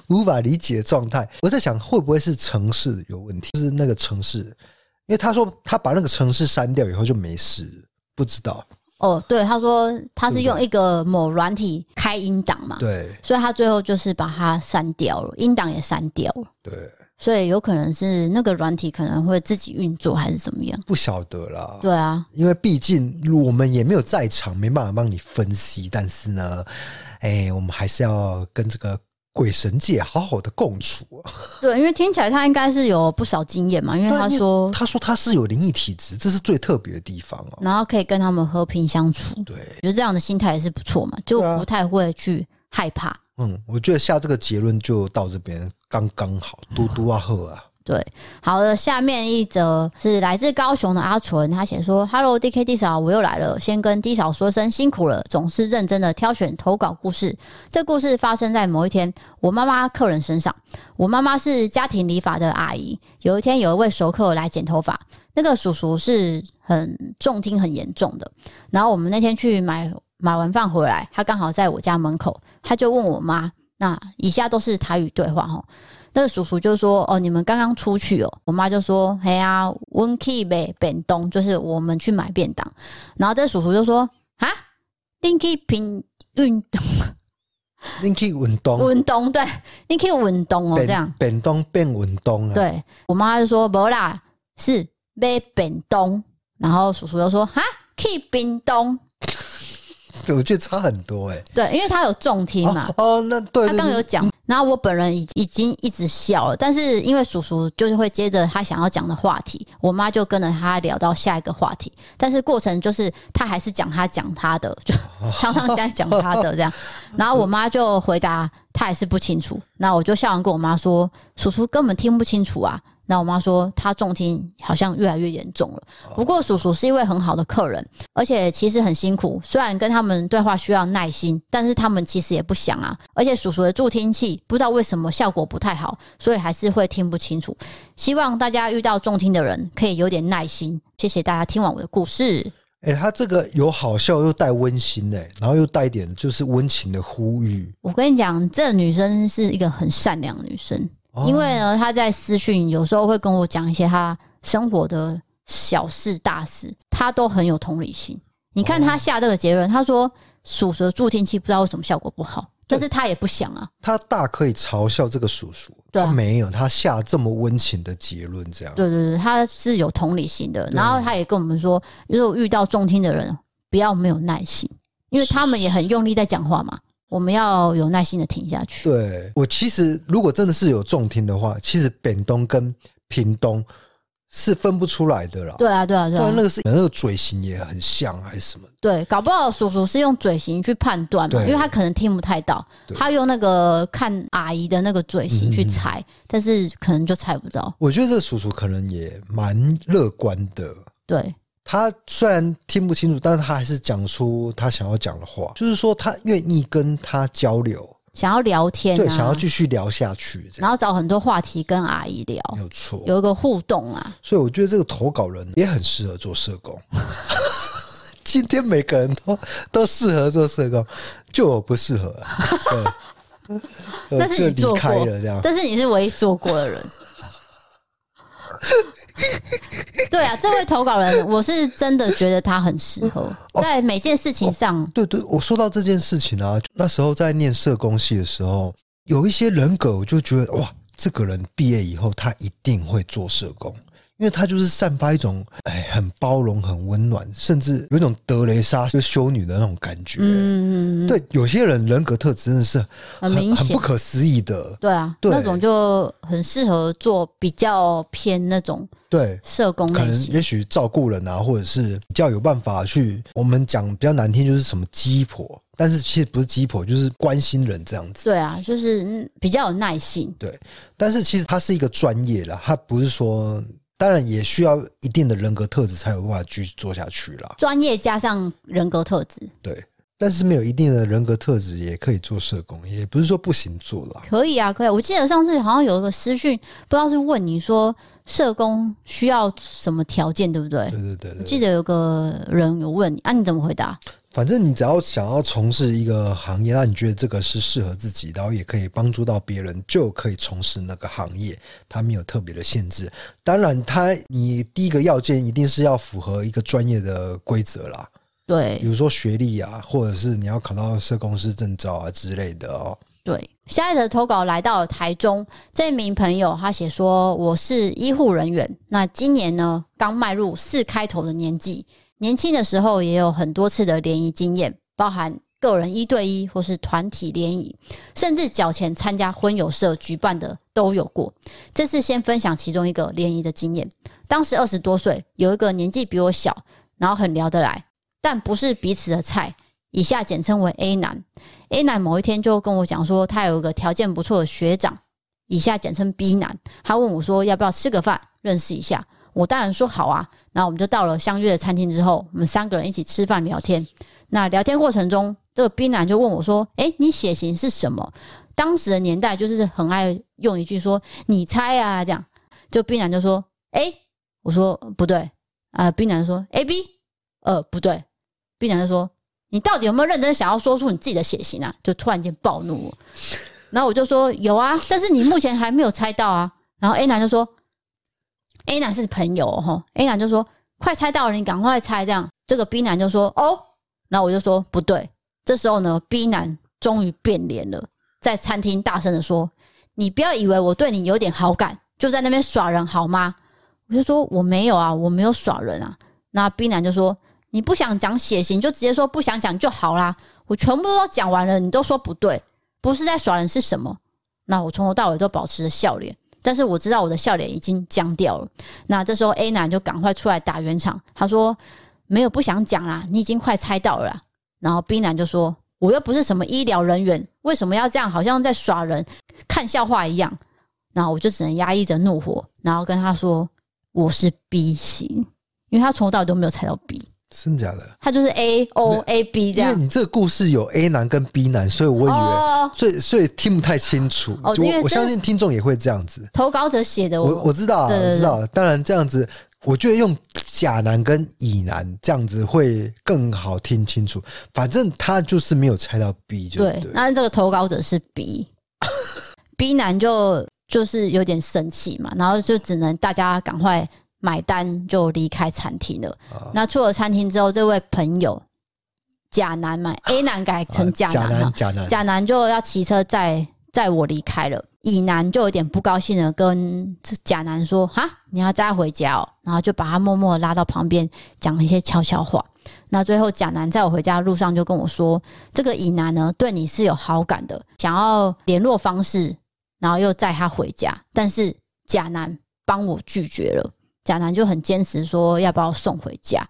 B: 无法理解的状态，我在想会不会是城市有问题，就是那个城市，因为他说他把那个城市删掉以后就没事，不知道，
A: 哦，对，他说他是用一个某软体开音档嘛，
B: 对
A: 所以他最后就是把它删掉了，音档也删掉了，
B: 对。
A: 所以有可能是那个软体可能会自己运作还是怎么样。
B: 不晓得啦，
A: 对啊，
B: 因为毕竟我们也没有在场，没办法帮你分析。但是呢，哎、我们还是要跟这个鬼神界好好的共处、啊。
A: 对，因为听起来他应该是有不少经验嘛，因为他说，
B: 他说他是有灵异体质，这是最特别的地方哦、
A: 然后可以跟他们和平相处，
B: 对，
A: 觉得这样的心态也是不错嘛，就
B: 对啊
A: 不太会去害怕。
B: 嗯，我觉得下这个结论就到这边刚刚好，
A: 嗯
B: 嘟嘟啊呵啊，
A: 对，好的，下面一则是来自高雄的阿纯，他写说：“Hello D K D 嫂，我又来了，先跟 D 嫂说声辛苦了，总是认真的挑选投稿故事。这故事发生在某一天我妈妈客人身上。我妈妈是家庭理发的阿姨，有一天有一位熟客来剪头发，那个叔叔是很重听很严重的，然后我们那天去买买完饭回来，他刚好在我家门口，他就问我妈，那以下都是台语对话哈。”那个叔叔就说：“哦，你们刚刚出去哦。”我妈就说：“嘿呀、啊，温 key 呗，便当就是我们去买便当。”然后这叔叔就说：“啊，你去平运动
B: 你可以运动，
A: 运动，对，你去运哦动哦，这样。
B: 变动变运动啊，，
A: 对我妈就说：“不啦，是买便当。”然后叔叔就说：“啊，去冰冻。
B: 我觉得差很多哎、”
A: 对，因为他有重听嘛。
B: 哦哦，那对
A: 他
B: 对
A: 刚有
B: 对，
A: 讲，然后我本人已已经一直笑了，但是因为叔叔就是会接着他想要讲的话题，我妈就跟着他聊到下一个话题，但是过程就是他还是讲他讲他的，就 常常在讲他的这样，然后我妈就回答他也是不清楚，那我就笑完跟我妈说，叔叔根本听不清楚啊。那我妈说她重听好像越来越严重了，不过叔叔是一位很好的客人，而且其实很辛苦，虽然跟他们对话需要耐心，但是他们其实也不想啊。而且叔叔的助听器不知道为什么效果不太好，所以还是会听不清楚。希望大家遇到重听的人可以有点耐心。谢谢大家听完我的故事。
B: 哎、他这个有好笑又带温馨哎、然后又带一点就是温情的呼吁，
A: 我跟你讲，这个女生是一个很善良的女生，
B: 哦
A: 因为呢，她在私讯有时候会跟我讲一些她生活的小事大事，她都很有同理心。你看她下这个结论，她说属蛇助听器不知道为什么效果不好，但是她也不想啊。
B: 他大可以嘲笑这个叔叔，
A: 对啊
B: 他没有，他下这么温情的结论这样，
A: 对对对，她是有同理心的，然后她也跟我们说，如果遇到重听的人，不要没有耐心，因为他们也很用力在讲话嘛，我们要有耐心的听下去。
B: 对我其实如果真的是有重听的话，其实扁东跟屏东是分不出来的啦。
A: 对啊，对啊，对
B: 虽
A: 啊
B: 然，那个是那个嘴型也很像还是什么，
A: 对，搞不好叔叔是用嘴型去判断嘛，
B: 对
A: 因为他可能听不太到，
B: 对嗯
A: 他用那个看阿姨的那个嘴型去猜，但是可能就猜不到。
B: 我觉得这个叔叔可能也蛮乐观的。
A: 对，
B: 他虽然听不清楚，但是他还是讲出他想要讲的话，就是说他愿意跟他交流，
A: 想要聊天、啊，
B: 对，想要继续聊下去，这
A: 然
B: 样
A: 后找很多话题跟阿姨聊，
B: 没有错。
A: 有一个互动啊。
B: 所以我觉得这个投稿人也很适合做社工。 今天每个人都都适合做社工，就我不适合、啊， 对
A: 但
B: 我
A: 是
B: 就
A: 你做
B: 离开
A: 过
B: 了这样，。
A: 但是你是唯一做过的人。 对啊，这位投稿人，我是真的觉得他很适合，
B: 哦
A: 在每件事情上，
B: 对对，我说到这件事情啊，那时候在念社工系的时候，有一些人格，我就觉得哇，这个人毕业以后他一定会做社工，因为他就是散发一种哎很包容、很温暖，甚至有一种德雷莎就修女的那种感觉。
A: 嗯，
B: 对，有些人人格特质真的是
A: 很明
B: 很
A: 显
B: 不，可思议的。
A: 对啊，
B: 对
A: 那种就很适合做比较偏那种
B: 对，
A: 社工
B: 可
A: 类
B: 能
A: 型，
B: 也许照顾人啊，或者是比较有办法去，我们讲比较难听就是什么鸡婆，但是其实不是鸡婆，就是关心人这样子。
A: 对啊，就是嗯比较有耐心，
B: 对，但是其实它是一个专业啦，它不是说，当然也需要一定的人格特质才有办法继续做下去啦。
A: 专业加上人格特质，
B: 对，但是没有一定的人格特质也可以做社工，也不是说不行做啦。
A: 可以啊，可以啊、我记得上次好像有一个私讯，不知道是问你说社工需要什么条件，对不对？
B: 对对对
A: 我
B: 对，
A: 记得有个人有问你啊，你怎么回答？
B: 反正你只要想要从事一个行业，那你觉得这个是适合自己，然后也可以帮助到别人，就可以从事那个行业。它没有特别的限制。当然它，你第一个要件一定是要符合一个专业的规则啦，比
A: 对
B: 如说学历啊，或者是你要考到社工师证照啊之类的哦。
A: 对，下一则投稿来到了台中，这名朋友他写说我是医护人员，那今年呢刚迈入四开头的年纪，年轻的时候也有很多次的联谊经验，包含个人一对一或是团体联谊，甚至缴钱参加婚友社举办的都有过。这次先分享其中一个联谊的经验。当时二十多岁，有一个年纪比我小，然后很聊得来，但不是彼此的菜，以下简称为 A 男。A 男某一天就跟我讲说，他有一个条件不错的学长，以下简称 B 男。他问我说要不要吃个饭认识一下，我当然说好啊。然后我们就到了相约的餐厅之后，我们三个人一起吃饭聊天。那聊天过程中，这个 B 男就问我说：“诶，你血型是什么？”当时的年代就是很爱用一句说“你猜啊”这样。就 B 男就说：“A。”我说：“不对。”啊、b 男就说：“A B。”呃，不对。B 男就说：“你到底有没有认真想要说出你自己的血型啊？”就突然间暴怒我。然后我就说：“有啊，但是你目前还没有猜到啊。”然后 A 男就说：“A 男是朋友哦吼，A 男就说：“快猜到了，你赶快猜。”这样，这个 B 男就说：“哦。”然后我就说不对。这时候呢，B 男终于变脸了，在餐厅大声的说：“你不要以为我对你有点好感，就在那边耍人好吗？”我就说：“我没有啊，我没有耍人啊。”那 B 男就说：“你不想讲血型，就直接说不想讲就好啦。我全部都讲完了，你都说不对，不是在耍人是什么？”那我从头到尾都保持着笑脸，但是我知道我的笑脸已经僵掉了。那这时候 A 男就赶快出来打圆场，他说：“没有不想讲啦，你已经快猜到了啦。然后 B 男就说：“我又不是什么医疗人员，为什么要这样？好像在耍人、看笑话一样。”然后我就只能压抑着怒火，然后跟他说：“我是 B 型，因为他从头到尾都没有猜到 B，
B: 真的假的？
A: 他就是 A O A B 这
B: 因为
A: 样。
B: 你这个故事有 A 男跟 B 男，所以我以为，
A: 哦
B: 所以所以听不太清楚。
A: 哦
B: 就
A: 因为
B: 我我
A: 这
B: 相信听众也会这样子。
A: 投稿者写的我，
B: 我我知道啊，
A: 对对
B: 我知道啊。当然这样子，我觉得用甲男跟乙男这样子会更好听清楚。反正他就是没有猜到 B 就
A: 对，
B: 对。
A: 那这个投稿者是 B，B 男就就是有点生气嘛，然后就只能大家赶快买单就离开餐厅了。
B: 啊
A: 那出了餐厅之后，这位朋友甲男嘛，A 男改
B: 啊
A: 成甲
B: 甲
A: 男了
B: 男，，甲男，
A: 甲男就要骑车载载我离开了，乙男就有点不高兴的跟这甲男说：“哈，你要载他回家哦。”然后就把他默默地拉到旁边讲一些悄悄话。那最后甲男在我回家的路上就跟我说：“这个乙男呢对你是有好感的，想要联络方式，然后又载他回家。”但是甲男帮我拒绝了，甲男就很坚持说要把我送回家。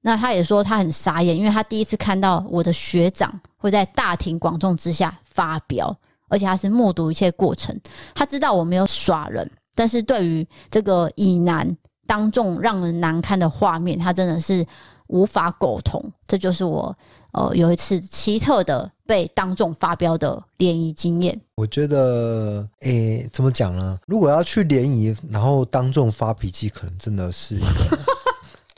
A: 那他也说他很傻眼，因为他第一次看到我的学长会在大庭广众之下发飙，而且他是目睹一切过程。他知道我没有耍人，但是对于这个以男当众让人难堪的画面，他真的是无法苟同。这就是我呃有一次奇特的被当众发飙的联谊经验。
B: 我觉得，诶、怎么讲呢？如果要去联谊，然后当众发脾气，可能真的是一个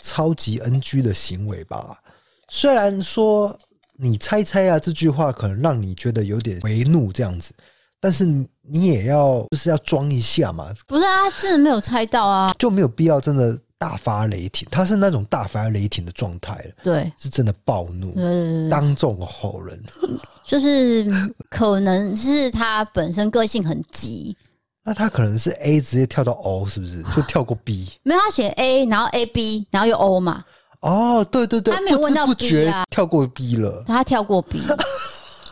B: 超级 NG 的行为吧。 虽然说你猜猜啊这句话可能让你觉得有点为怒这样子，但是你也要就是要装一下嘛，
A: 不是啊，真的没有猜到啊。
B: 就没有必要真的大发雷霆。他是那种大发雷霆的状态了，
A: 对，
B: 是真的暴怒，
A: 呃，
B: 当众吼人。
A: 就是可能是他本身个性很急，
B: 那他可能是 A 直接跳到 O，是 不是？就跳过 B。
A: 没有，他写 A，然后 A B，然后又 O 嘛，
B: 哦，对对对，
A: 他没有
B: 不知
A: 问到
B: 不
A: B
B: 觉
A: 啊
B: 跳过 B 了，
A: 他跳过 B，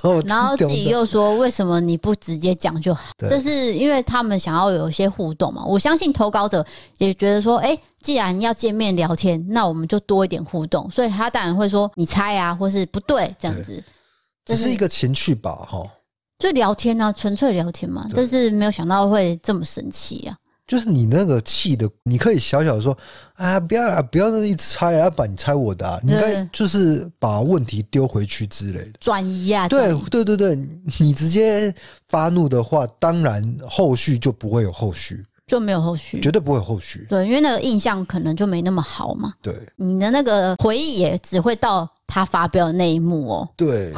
B: 哦
A: 然后自己
B: 懂
A: 又说为什么你不直接讲就好？
B: 对
A: 这是因为他们想要有一些互动嘛。我相信投稿者也觉得说，哎、既然要见面聊天，那我们就多一点互动，所以他当然会说你猜啊，或是不对这样子，就
B: 只
A: 是
B: 一个情趣吧，哈，
A: 就聊天啊，纯粹聊天嘛。但是没有想到会这么神奇啊！
B: 就是你那个气的，你可以小小地说啊，不要啊，不要那么一直猜啊，要把你猜我的、啊，你应该
A: 对
B: 就是把问题丢回去之类的。
A: 转移啊，
B: 对
A: 转移
B: 对对对，你直接发怒的话，当然后续就不会有后续，
A: 就没有后续
B: 绝。对不会有后续。
A: 对，因为那个印象可能就没那么好嘛，
B: 对
A: 你的那个回忆也只会到他发飙的那一幕哦、
B: 对，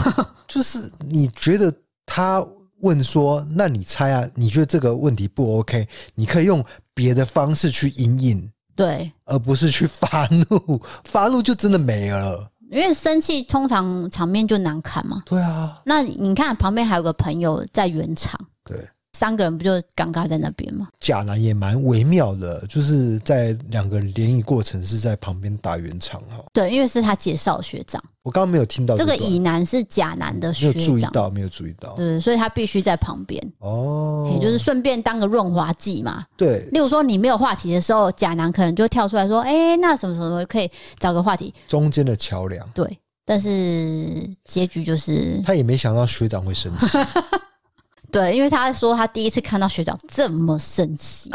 B: 就是你觉得他问说，那你猜啊？你觉得这个问题不 OK？你可以用别的方式去引引，
A: 对，
B: 而不是去发怒， 发怒就真的没了。
A: 因为生气通常场面就难看嘛。
B: 对啊，
A: 那你看旁边还有个朋友在圆场，
B: 对，
A: 三个人不就尴尬在那边吗？
B: 贾南也蛮微妙的，就是在两个人联谊过程是在旁边打圆场哈。
A: 对，因为是他介绍学长，
B: 我刚刚没有听到
A: 这个
B: 段
A: 乙男是甲男的
B: 哦没
A: 学
B: 有注意
A: 长，
B: 到，没有注意到
A: 对，所以他必须在旁边，
B: 哦
A: 也，就是顺便当个润滑剂嘛。
B: 对，
A: 例如说你没有话题的时候，甲男可能就跳出来说：“哎、那什么什么可以找个话题。
B: 中间的桥梁”，
A: 对，但是结局就是
B: 他也没想到学长会生 气，
A: 对，因为他说他第一次看到学长这么生 气，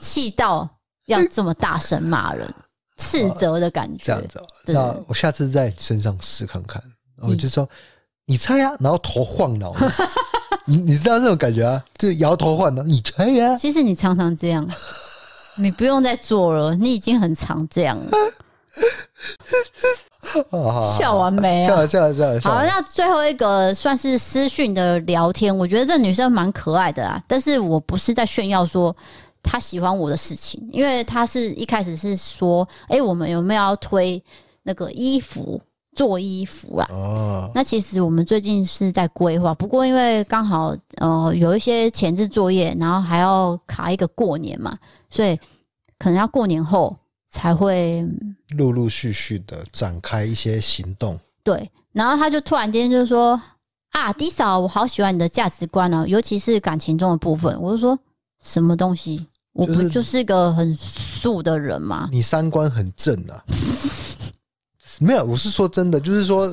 A: 气到要这么大声骂人，斥责的感
B: 这
A: 觉
B: 样。子哦。
A: 对
B: 那我下次在你身上试看看，我
A: 嗯
B: 就说你猜啊，然后头晃脑， 你你知道那种感觉啊，就是摇头晃脑，你猜啊，
A: 其实你常常这 样，你不用再做了，你已经很常这样 了。
B: 哦好好好
A: 笑完没
B: 笑
A: 啊
B: 了？笑了笑了笑
A: 好，
B: 了，
A: 那最后一个算是私讯的聊天，我觉得这女生蛮可爱的啊，但是我不是在炫耀说她喜欢我的事情，因为她是一开始是说，哎、我们有没有要推那个衣服做衣服啊？
B: 哦，
A: 那其实我们最近是在规划，不过因为刚好呃有一些前置作业，然后还要卡一个过年嘛，所以可能要过年后才会
B: 陆陆续续的展开一些行动，
A: 对，然后他就突然间就说：“啊，迪嫂，我好喜欢你的价值观哦，尤其是感情中的部分。”我就说：“什么东西？我
B: 就
A: 不
B: 是
A: 就是个很素的人吗
B: 你三观很正啊， 没有，我是说真的，就是说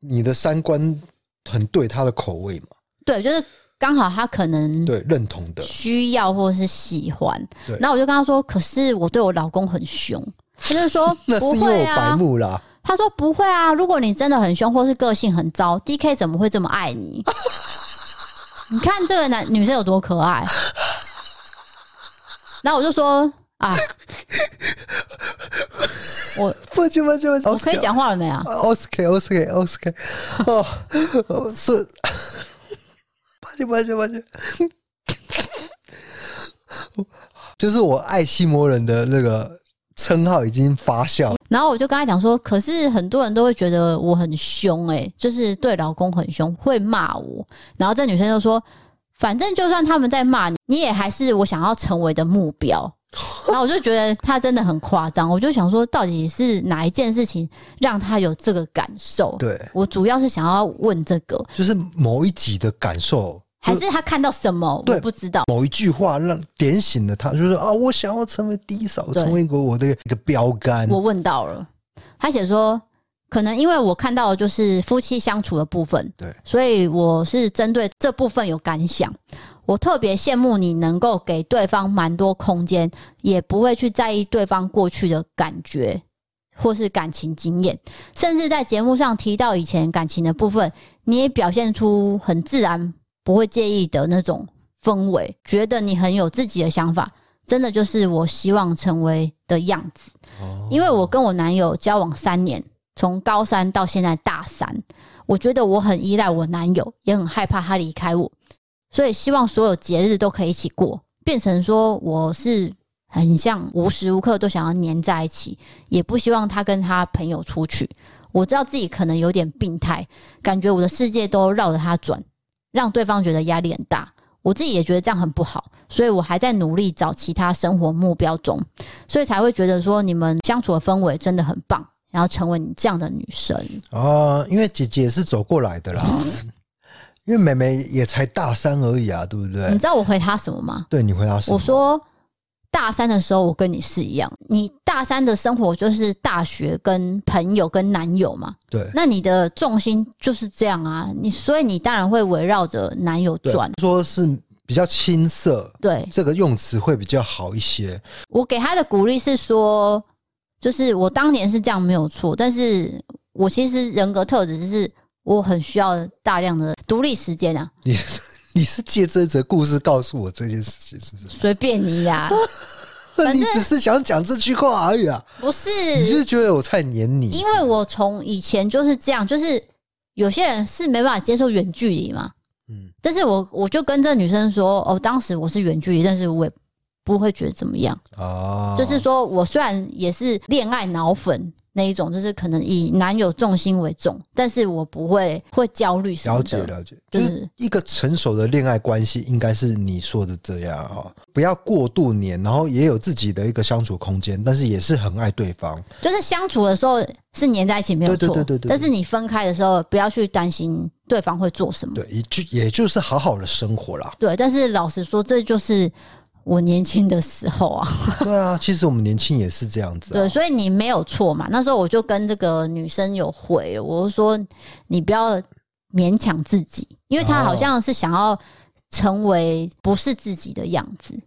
B: 你的三观很对他的口味嘛，？”
A: 对，就是刚好他可能
B: 对，认同的，
A: 需要或是喜欢
B: 对。：“
A: 然后我就跟他说：“可是我对我老公很凶。”他就说
B: 那
A: 不
B: 是因为
A: 会
B: 我白
A: 啊。
B: 目啦，”
A: 他说：“不会啊，如果你真的很凶或是个性很糟，D K 怎么会这么爱你？” 你看这个男女生有多可 爱。然后我就说：“啊， 我
B: 不去不去不去，
A: 我可以讲话了没啊？
B: ，Oscar，Oscar，Oscar，哦，哦是， 不去不去不去，就是我爱西摩人的那个称号已经发酵了，
A: 然后我就跟他讲说，可是很多人都会觉得我很凶、欸，就是对老公很凶，会骂我。然后这女生就说，反正就算他们在骂你，你也还是我想要成为的目 标。然后我就觉得他真的很夸张，我就想说，到底是哪一件事情让他有这个感受？
B: 对，
A: 我主要是想要问这个，
B: 就是某一集的感受。
A: 还是他看到什么？
B: 对
A: 我不知道。
B: 某一句话让点醒了他，就是啊，我想要成为第一少，
A: 对
B: 成为一个我的一个标杆。
A: 我问到了，他写说，可能因为我看到的就是夫妻相处的部分，
B: 对
A: 所以我是针对这部分有感想。我特别羡慕你能够给对方蛮多空间，也不会去在意对方过去的感觉或是感情经验，甚至在节目上提到以前感情的部分，你也表现出很自然、不会介意的那种氛围，觉得你很有自己的想法，真的就是我希望成为的样子。
B: 哦
A: 因为我跟我男友交往三年，从高三到现在大三，我觉得我很依赖我男友，也很害怕他离开我，所以希望所有节日都可以一起过，变成说我是很像无时无刻都想要黏在一起，也不希望他跟他朋友出去。我知道自己可能有点病态，感觉我的世界都绕着他转，让对方觉得压力很大。我自己也觉得这样很不好，所以我还在努力找其他生活目标中。所以才会觉得说你们相处的氛围真的很棒，想要成为你这样的女生。
B: 啊，因为姐姐也是走过 来的啦，因为妹妹也才大三而已啊，对不
A: 你
B: 对
A: 知？道我回他什么吗？
B: 对你回答什
A: 嗯
B: 么？
A: 我说大三的时候我跟你是一样，你大三的生活就是大学跟朋友跟男友嘛，
B: 对，
A: 那你的重心就是这样啊，你所以你当然会围绕着男友
B: 对
A: 转。
B: 说是比较青涩，
A: 对
B: 这个用词会比较好一些。
A: 我给他的鼓励是说，就是我当年是这样没有错，但是我其实人格特质就是我很需要大量的独立时间啊，
B: 你你是 借这则故事告诉我这件事情，是不
A: 随便你啊呀、
B: 是？
A: 反正
B: 你只是想讲这句话而已啊！
A: 不，
B: 你就是是觉得我太黏你
A: 因为我从以前就是这样，就是有些人是没办法接受远距离嘛。
B: 嗯
A: 但是我我就跟这女生说，哦，当时我是远距离，但是我也不会觉得怎么样。
B: 啊，
A: 就是说我虽然也是恋爱脑粉，那一种，就是可能以男友重心为重，但是我不会会焦虑什么
B: 了解
A: 的。
B: 了解，
A: 就
B: 就是是一个成熟的恋爱关系，应该是你说的这样哈、不要过度黏，然后也有自己的一个相处空间，但是也是很爱对方。
A: 就是相处的时候是黏在一起没有错，
B: 对对对对对对
A: 但是你分开的时候，不要去担心对方会做什么。。
B: 对，也就也就是好好的生活啦
A: 对，但是老实说，这就是我年轻的时候啊。
B: 对啊，其实我们年轻也是这样子、
A: 对，
B: 啊。
A: 所以你没有错嘛。那时候我就跟这个女生有回了，我就说你不要勉强自己，因为她好像是想要成为不是自己的样子。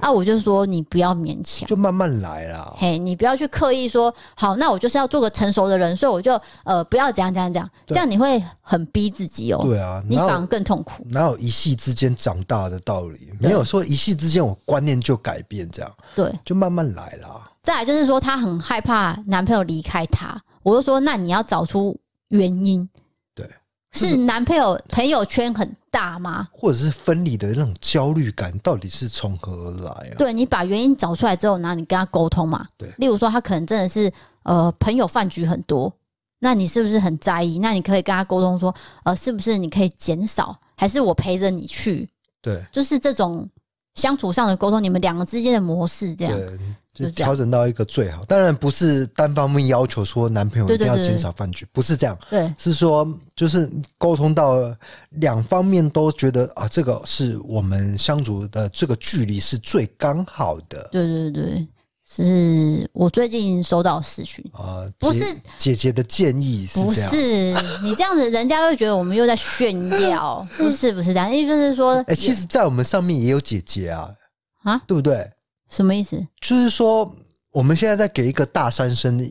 A: 啊，我就说你不要勉强。
B: 就慢慢来啦。
A: 嘿你不要去刻意说好，那我就是要做个成熟的人，所以我就呃不要怎样怎样怎样，这
B: 对
A: 样你会很逼自己哦，
B: 对啊，
A: 你
B: 哪
A: 反而
B: 有
A: 更痛苦。
B: 哪有一夕之间长大的道理？没有说一夕之间我观念就改变，这样
A: 对，
B: 就慢慢来啦。
A: 再来就是说，她很害怕男朋友离开她，我就说，那你要找出原因。
B: 对，
A: 是男朋友朋友圈很大吗？
B: 或者是分离的那种焦虑感，到底是从何而来啊？
A: 对你把原因找出来之后，然后你跟他沟通嘛。
B: 对
A: 例如说他可能真的是呃朋友饭局很多，那你是不是很在意？那你可以跟他沟通说，呃，是不是你可以减少，还是我陪着你去？
B: 对
A: 就是这种相处上的沟通，你们两个之间的模式这样。
B: 对，
A: 就这
B: 就
A: 样
B: 调整到一个最好。当然不是单方面要求说男朋友
A: 对
B: 一
A: 对
B: 定要
A: 对
B: 减少饭局，不是这样，
A: 对
B: 是说就是沟通到两方面都觉得啊，这个是我们相处的这个距离是最刚好的
A: 对对对，是我最近收到的私讯。
B: 啊。
A: 不
B: 姐
A: 是
B: 姐姐的建议是
A: 不
B: 这样，
A: 是你这样子，人家会觉得我们又在炫 耀，不是不是这样，意思就是说
B: 哎、其实，在我们上面也有姐姐啊，
A: 啊，
B: 对不对？
A: 什么意思？
B: 就是说，我们现在在给一个大三生、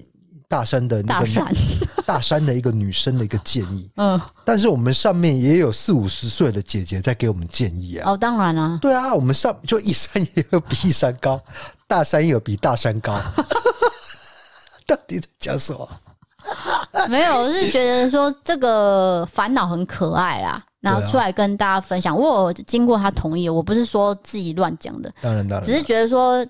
B: 大三的那
A: 大
B: 个
A: 闪，
B: 大三的一个女生的一个建议，
A: 嗯，
B: 但是我们上面也有四五十岁的姐姐在给我们建议啊。
A: 哦，当然 啦、
B: 对啊，我们上就一山也有比一山高，大山也有比大山高。 到底在讲什么？
A: 没有，我是觉得说这个烦恼很可爱啦，然后
B: 对啊
A: 出来跟大家分享。我有经过他同意，我不是说自己乱讲的，
B: 当然，当然，
A: 只是觉得说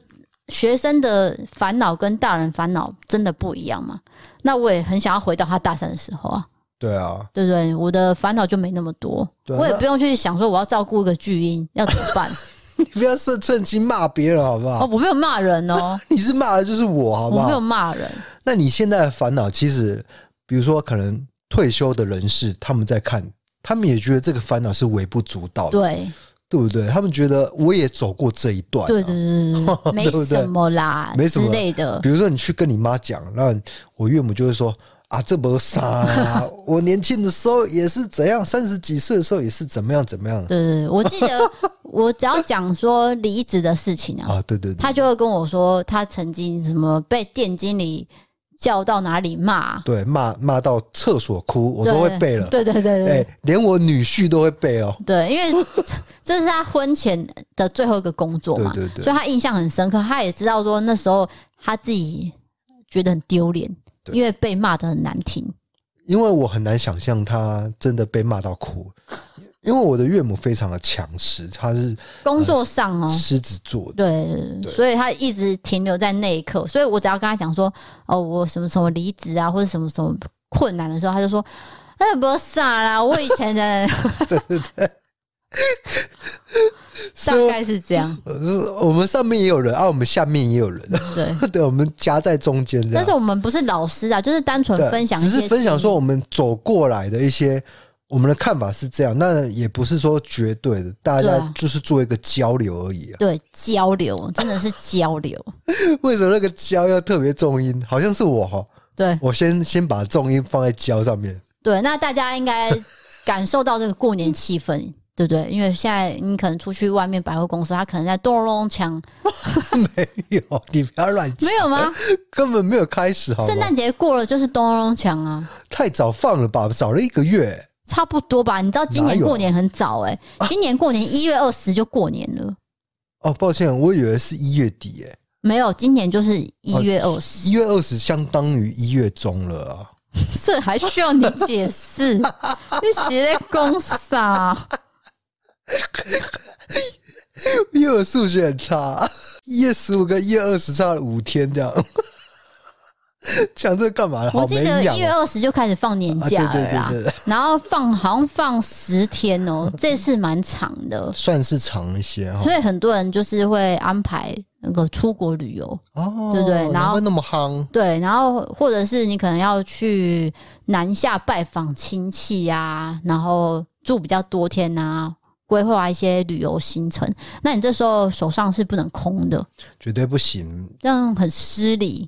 A: 学生的烦恼跟大人烦恼真的不一样嘛。那我也很想要回到他大三的时候啊，
B: 对啊，
A: 对不对？我的烦恼就没那么多，
B: 对啊
A: 我也
B: 那
A: 不用去想说我要照顾一个巨婴要怎么办。
B: 你不要是趁机骂别人好不好？
A: 哦，我没有骂人哦，
B: 你是骂的就是我好不
A: 我没有
B: 好？
A: 骂人。
B: 那你现在的烦恼，其实比如说可能退休的人士，他们在看，他们也觉得这个烦恼是微不足道的，
A: 对
B: 对不对？他们觉得我也走过这一段、啊，
A: 对对对对 对，没
B: 对不对
A: 什么啦，
B: 没什么
A: 之类的
B: 比。如说你去跟你妈讲，那我岳母就会说啊，这不傻 啊，我年轻的时候也是怎样，三十几岁的时候也是怎么样怎么样
A: 对对对，我记 得我只要讲说离职的事情啊，
B: 啊，对对对，
A: 他就会跟我说他曾经什么被店经理叫到哪里骂，
B: 对骂骂到厕所哭，我都会
A: 对
B: 背了，
A: 对对对对
B: 哎、
A: 对
B: 连我女婿都会背哦，
A: 对，因为这 是他婚前的最后一个工作嘛，
B: 对对对
A: 所以他印象很深刻。他也知道说那时候他自己觉得很丢脸，
B: 对
A: 因为被骂的很难听。
B: 因为我很难想象他真的被骂到哭，因为我的岳母非常的强势，她是
A: 工作上哦，
B: 狮子座的，
A: 对，对对
B: 对
A: 所以他一直停留在那一刻。所以我只要跟他讲说，哦，我什么什么离职啊，或者什么什么困难的时候，他就说，那不要傻啦，我以前 的
B: 所以
A: 大
B: 我
A: 概是这样，
B: 呃我们上面也有人啊，我们下面也有人，
A: 对。
B: 对，我们夹在中间这样
A: 但是。我们不是老师啊，就是单纯
B: 对，
A: 分享一
B: 只
A: 些，
B: 是分享说我，们走过来的一些我们的看法是这样，那也不是说绝对的，大
A: 对
B: 家
A: 啊
B: 就是做一个交流而已、啊。
A: 对交流真的是交流，
B: 为什么那个“交”要特别重音？好像是我哈，
A: 对
B: 我先先把重音放在“交”上面。
A: 对。那大家应该感受到这个过年气氛。对不对？因为现在你可能出去外面百货公司，他可能在咚隆锵，
B: 没有，你不要乱讲
A: 没，有吗？
B: 根本没有开始， 好
A: 圣
B: 吗
A: 诞？节过了就是咚隆锵啊。
B: 太早放了吧，早了一个月。
A: 差不多吧，你知道今年
B: 哪有啊
A: 过年很早哎、今年过年一月二十就过年了，
B: 哦，抱歉，我以为是一月底诶，
A: 没有，今年就是一月二十、
B: 一月二十相当于一月中了啊。
A: 这还需要你解 释？你写在公啊傻，
B: 因为我数学很差，一月十五跟一月二十差了五天这样。讲这个干嘛？好
A: 我记
B: 没
A: 得
B: 营养
A: 一月
B: 哦、
A: 二十就开始放年假
B: 啊对对
A: 了啦，
B: 对对
A: 然后放好像放十天哦、 这次蛮长的，
B: 算是长一些哈
A: 所。以很多人就是会安排那个出国旅游，
B: 哦，
A: 对对然后
B: 难怪那么夯，
A: 对，然后或者是你可能要去南下拜访亲戚啊，然后住比较多天啊，规划一些旅游行程。那你这时候手上是不能空的，
B: 绝对不行，
A: 这样很失礼。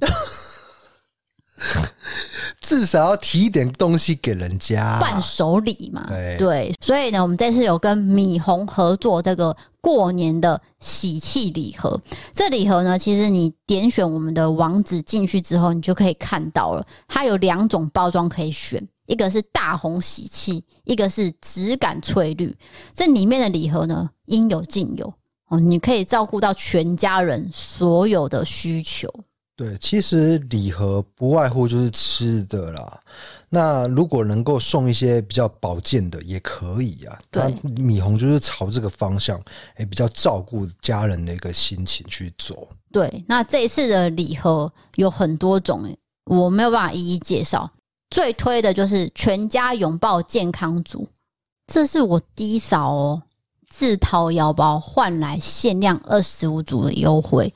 B: 至少要提一点东西给人家。
A: 伴手礼嘛。
B: 啊对
A: 所以呢，我们这次有跟米红合作这个过年的喜气礼盒。这礼盒呢，其实你点选我们的网址进去之后，你就可以看到了，它有两种包装可以选。一个是大红喜气，一个是质感翠绿。这里面的礼盒呢，应有尽有哦，你可以照顾到全家人所有的需求。
B: 对，其实礼盒不外乎就是吃的啦。那如果能够送一些比较保健的，也可以啊。
A: 对
B: 那米红就是朝这个方向，哎、比较照顾家人的一个心情去走。
A: 对，那这一次的礼盒有很多种欸，我没有办法一一介绍。最推的就是全家拥抱健康组，这是我低扫哦，自掏腰包换来限量二十五组的优惠。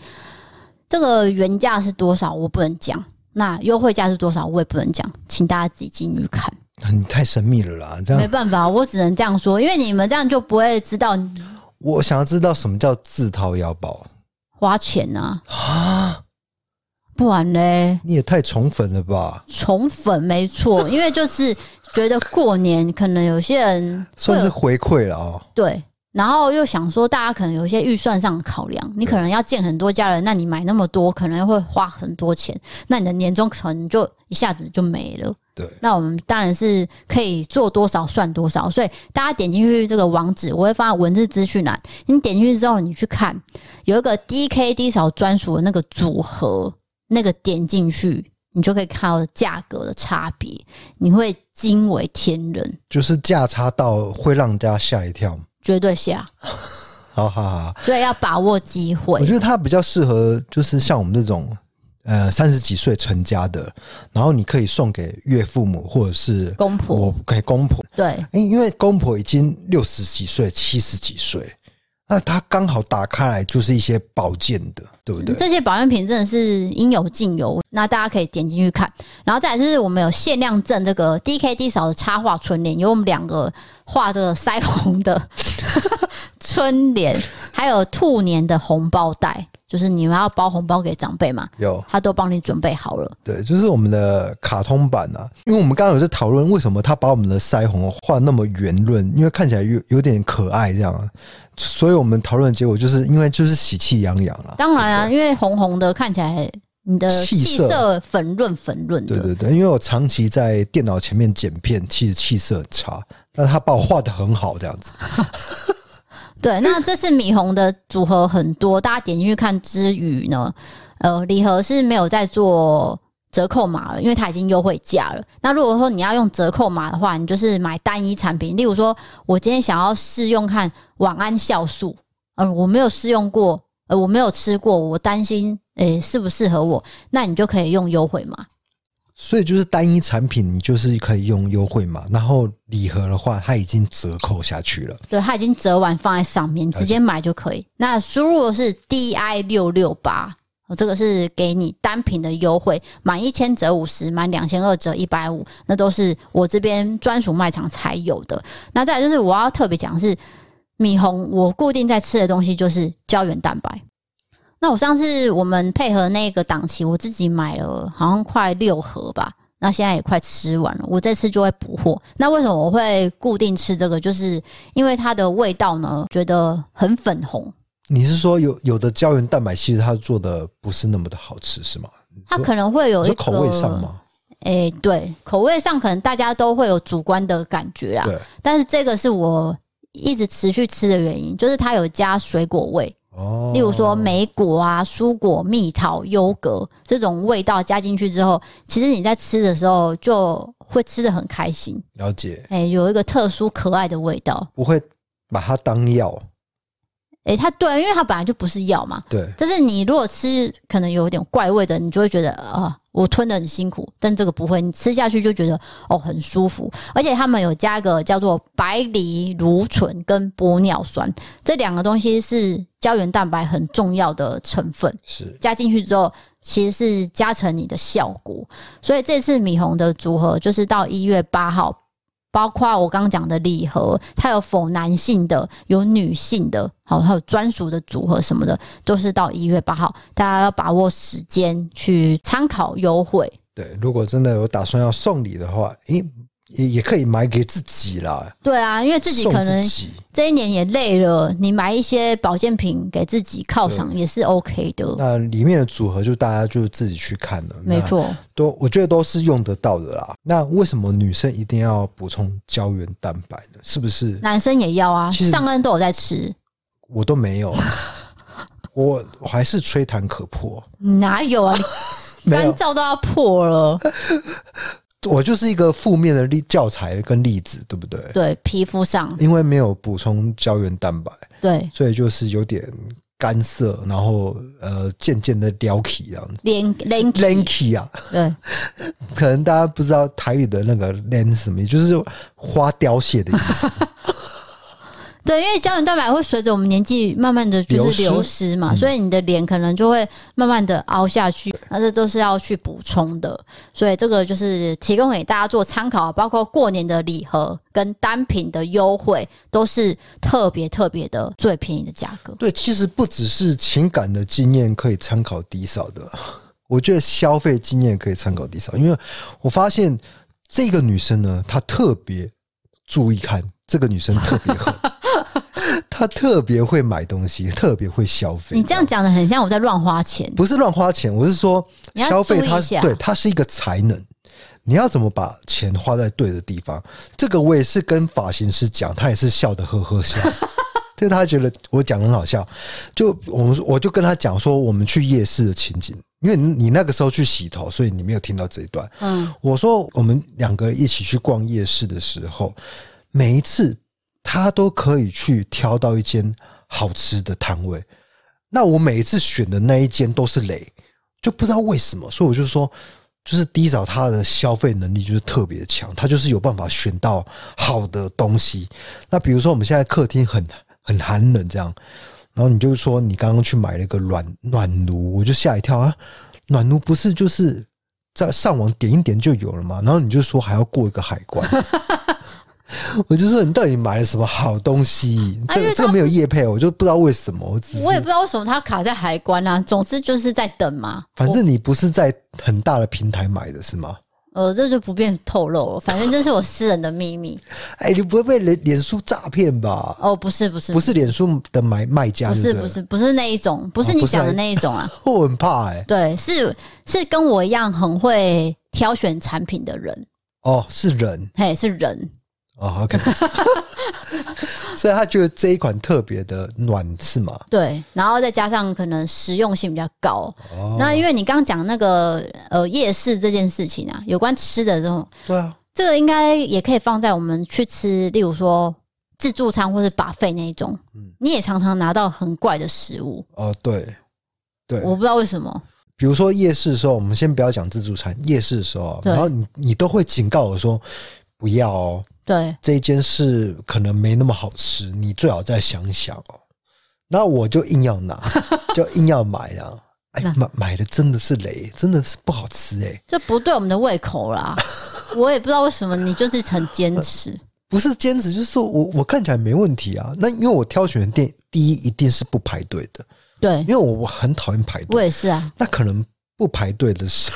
A: 这个原价是多少我不能讲，那优惠价是多少我也不能讲，请大家自己进去看。
B: 啊你太神秘了啦！这
A: 没
B: 样，
A: 办法，我只能这样说，因为你们这样就不会知道
B: 我想要知道什么叫自掏腰包
A: 花钱啊，
B: 啊！
A: 不然嘞。
B: 你也太宠粉了吧？
A: 宠粉没错，因为就是觉得过年可能有些人会
B: 算是
A: 有
B: 回馈了哦。
A: 对，然后又想说大家可能有一些预算上的考量，你可能要见很多家人，那你买那么多可能会花很多钱，那你的年终可能就一下子就没了。
B: 对，
A: 那我们当然是可以做多少算多少，所以大家点进去这个网址，我会放在文字资讯栏。你点进去之后，你去看有一个 DK D 少专属的那个组合，那个点进去，你就可以看到价格的差别，你会惊为天人，
B: 就是价差到会让人家吓一跳。
A: 绝对下，
B: 好好好，
A: 所以要把握机会
B: 我。觉得它比较适合，就是像我们这种呃三十几岁成家的，然后你可以送给岳父母或者是
A: 公婆
B: 我给公婆，哎
A: 对
B: 因因为公婆已经六十几岁、七十几岁，那他刚好打开来就是一些保健的，对不对？
A: 这些保养品真的是应有尽有，那大家可以点进去看。然后再来就是我们有限量赠这个 DK D 嫂的插画春联，有我们两个画这个腮红的 春联，还有兔年的红包袋，就是你们要包红包给长辈嘛，
B: 有
A: 他都帮你准备好了。
B: 对，就是我们的卡通版啊，因为我们刚刚有在讨论为什么他把我们的腮红画那么圆润，因为看起来有有点可爱这样啊，所以我们讨论的结果就是因为就是喜气洋洋啊。
A: 当然啊，因为红红的看起来你的
B: 气
A: 气
B: 色
A: 色粉润粉润的，
B: 对对对，因为我长期在电脑前面剪片，其实气色很差，但是他把我画的很好，这样子。
A: 对，那这次米红的组合很多，大家点进去看之余呢，呃，礼盒是没有在做折扣码了，因为它已经优惠价了。那如果说你要用折扣码的话，你就是买单一产品，例如说，我今天想要试用看晚安酵素，呃，我没有试用过，呃，我没有吃过，我担心，诶、适不适合我？那你就可以用优惠码。
B: 所以就是单一产品，你就是可以用优惠码，然后礼盒的话，它已经折扣下去了。
A: 对，它已经折完放在上面，直接买就可以。那输入的是 DI 六六八，哦这个是给你单品的优惠，满一千折五十，满两千二折一百五，那都是我这边专属卖场才有的。那再来就是我要特别讲的是米红，我固定在吃的东西就是胶原蛋白。那我上次我们配合那个档期，我自己买了好像快六盒吧，那现在也快吃完了。我这次就会补货。那为什么我会固定吃这个？就是因为它的味道呢，觉得很粉红，
B: 你是说有有的胶原蛋白其实它做的不是那么的好吃是吗？
A: 它可能会有一
B: 是
A: 个
B: 口味上？吗？
A: 哎、对，口味上可能大家都会有主观的感觉啦。
B: 对，
A: 但是这个是我一直持续吃的原因，就是它有加水果味。
B: 哦，
A: 例如说莓果啊、蔬果、蜜桃、优格这种味道加进去之后，其实你在吃的时候就会吃的很开心，
B: 了解，
A: 哎、有一个特殊可爱的味道。
B: 不会把它当药，
A: 哎、它对，因为它本来就不是药嘛，
B: 对，
A: 但是你如果吃可能有点怪味的，你就会觉得啊、我吞的很辛苦，但这个不会，你吃下去就觉得哦很舒服。而且他们有加一个叫做白藜芦醇跟玻尿酸这两个东西是胶原蛋白很重要的成分，
B: 是
A: 加进去之后，其实是加成你的效果。所以这次米红的组合就是到一月八号，包括我刚刚讲的礼盒，它有否男性的，有女性的，好，还有专属的组合什么的，都、是到一月八号，大家要把握时间去参考优惠。
B: 对。如果真的有打算要送礼的话，诶、也也可以买给自己啦，
A: 对啊，因为自己
B: 送
A: 可能
B: 自己。
A: 这一年也累了，你买一些保健品给自己犒赏也是 OK 的，
B: 那里面的组合就大家就自己去看了，
A: 没，错。
B: 都我觉得都是用得到的啦。那为什么女生一定要补充胶原蛋白呢？是不是
A: 男生也要啊，
B: 其实
A: 上恩都有在吃，
B: 我都没有？ 我我还是吹弹可破，
A: 你哪有 啊？你
B: 没
A: 干
B: 有，
A: 燥都要破了，
B: 我就是一个负面的例教材跟例子，对不对？
A: 对皮肤上，
B: 因为没有补充胶原蛋白，
A: 对
B: 所以就是有点干涩，然后呃，渐渐的撩起这样子。
A: 连连
B: lanky 啊，
A: 对
B: 可能大家不知道台语的那个 lan 是什么意思，就是花凋谢的意 思。
A: 对，因为胶原蛋白会随着我们年纪慢慢的就是
B: 流
A: 流
B: 失
A: 失嘛，所以你的脸可能就会慢慢的凹下去，那这都是要去补充的，所以这个就是提供给大家做参考，啊包括过年的礼盒跟单品的优惠都是特别特别的最便宜的价格。
B: 对，其实不只是情感的经验可以参考低少的，我觉得消费经验可以参考低少，因为我发现这个女生呢，她特别注意看，这个女生特别 狠，她特别会买东西，特别会消费。
A: 你这样讲的很像我在乱花钱，
B: 不是乱花钱，我是说
A: 你要
B: 消费
A: 注意
B: 它
A: 一下
B: 对它是一个才能。你要怎么把钱花在对的地方？这个我也是跟发型师讲，他也是笑得呵 呵笑，就他觉得我讲得很好笑。就我们我就跟他讲说，我们去夜市的情景，因为你你那个时候去洗头，所以你没有听到这一段。
A: 嗯，
B: 我说我们两个一起去逛夜市的时候，每一次他都可以去挑到一间好吃的摊位。那我每一次选的那一间都是雷，就不知道为什么，所以我就说，就是低嫂她的消费能力就是特别强，她就是有办法选到好的东西。那比如说我们现在客厅很很寒冷这样，然后你就说你刚刚去买了一个暖暖炉，我就吓一跳啊，暖炉不是就是在上网点一点就有了吗？然后你就说还要过一个海关。 我就说你到底买了什么好东西？
A: 啊
B: 这
A: 因
B: 个
A: 为
B: 这个
A: 他
B: 没有业配，我就不知道为什么。我只是
A: 我也不知道为什么它卡在海关啊，总之就是在等嘛。
B: 反
A: 我
B: 正你不是在很大的平台买的是吗？
A: 呃，这就不便透露了，反正这是我私人的秘密。
B: 哎、你不会被脸脸书诈骗吧？
A: 哦，不是不是
B: 不是脸书的哦买卖家
A: 不
B: 对
A: 是
B: 对
A: 不是不是那一种，不是你讲的那一种啊。
B: 我很怕哎、
A: 对，是是跟我一样很会挑选产品的人，
B: 哦，是人
A: 嘿，是人。
B: 哦，OK，所以他觉得这一款特别的暖是吗？
A: 对，然后再加上可能实用性比较高。
B: 哦
A: 那因为你刚刚讲那个呃夜市这件事情啊，有关吃的这种，
B: 对啊，
A: 这个应该也可以放在我们去吃，例如说自助餐或是把费那一种。
B: 嗯
A: 你也常常拿到很怪的食物，
B: 哦对对，
A: 我不知道为什么。
B: 比如说夜市的时候，我们先不要讲自助餐，夜市的时候，啊
A: 对
B: 然后你你都会警告我说不要哦，
A: 对，
B: 这一间是可能没那么好吃，你最好再想一想哦。那我就硬要 拿，就硬要买啊！哎，
A: 那
B: 买买的真的是雷，真的是不好吃哎、
A: 这不对我们的胃口 啦。我也不知道为什么你就是很坚持。
B: 不是坚持，就是说我我看起来没问题啊。那因为我挑选的店，第一一定是不排队的，
A: 对
B: 因，为我我很讨厌排
A: 我
B: 队。
A: 也是啊。
B: 那可能不排队的是，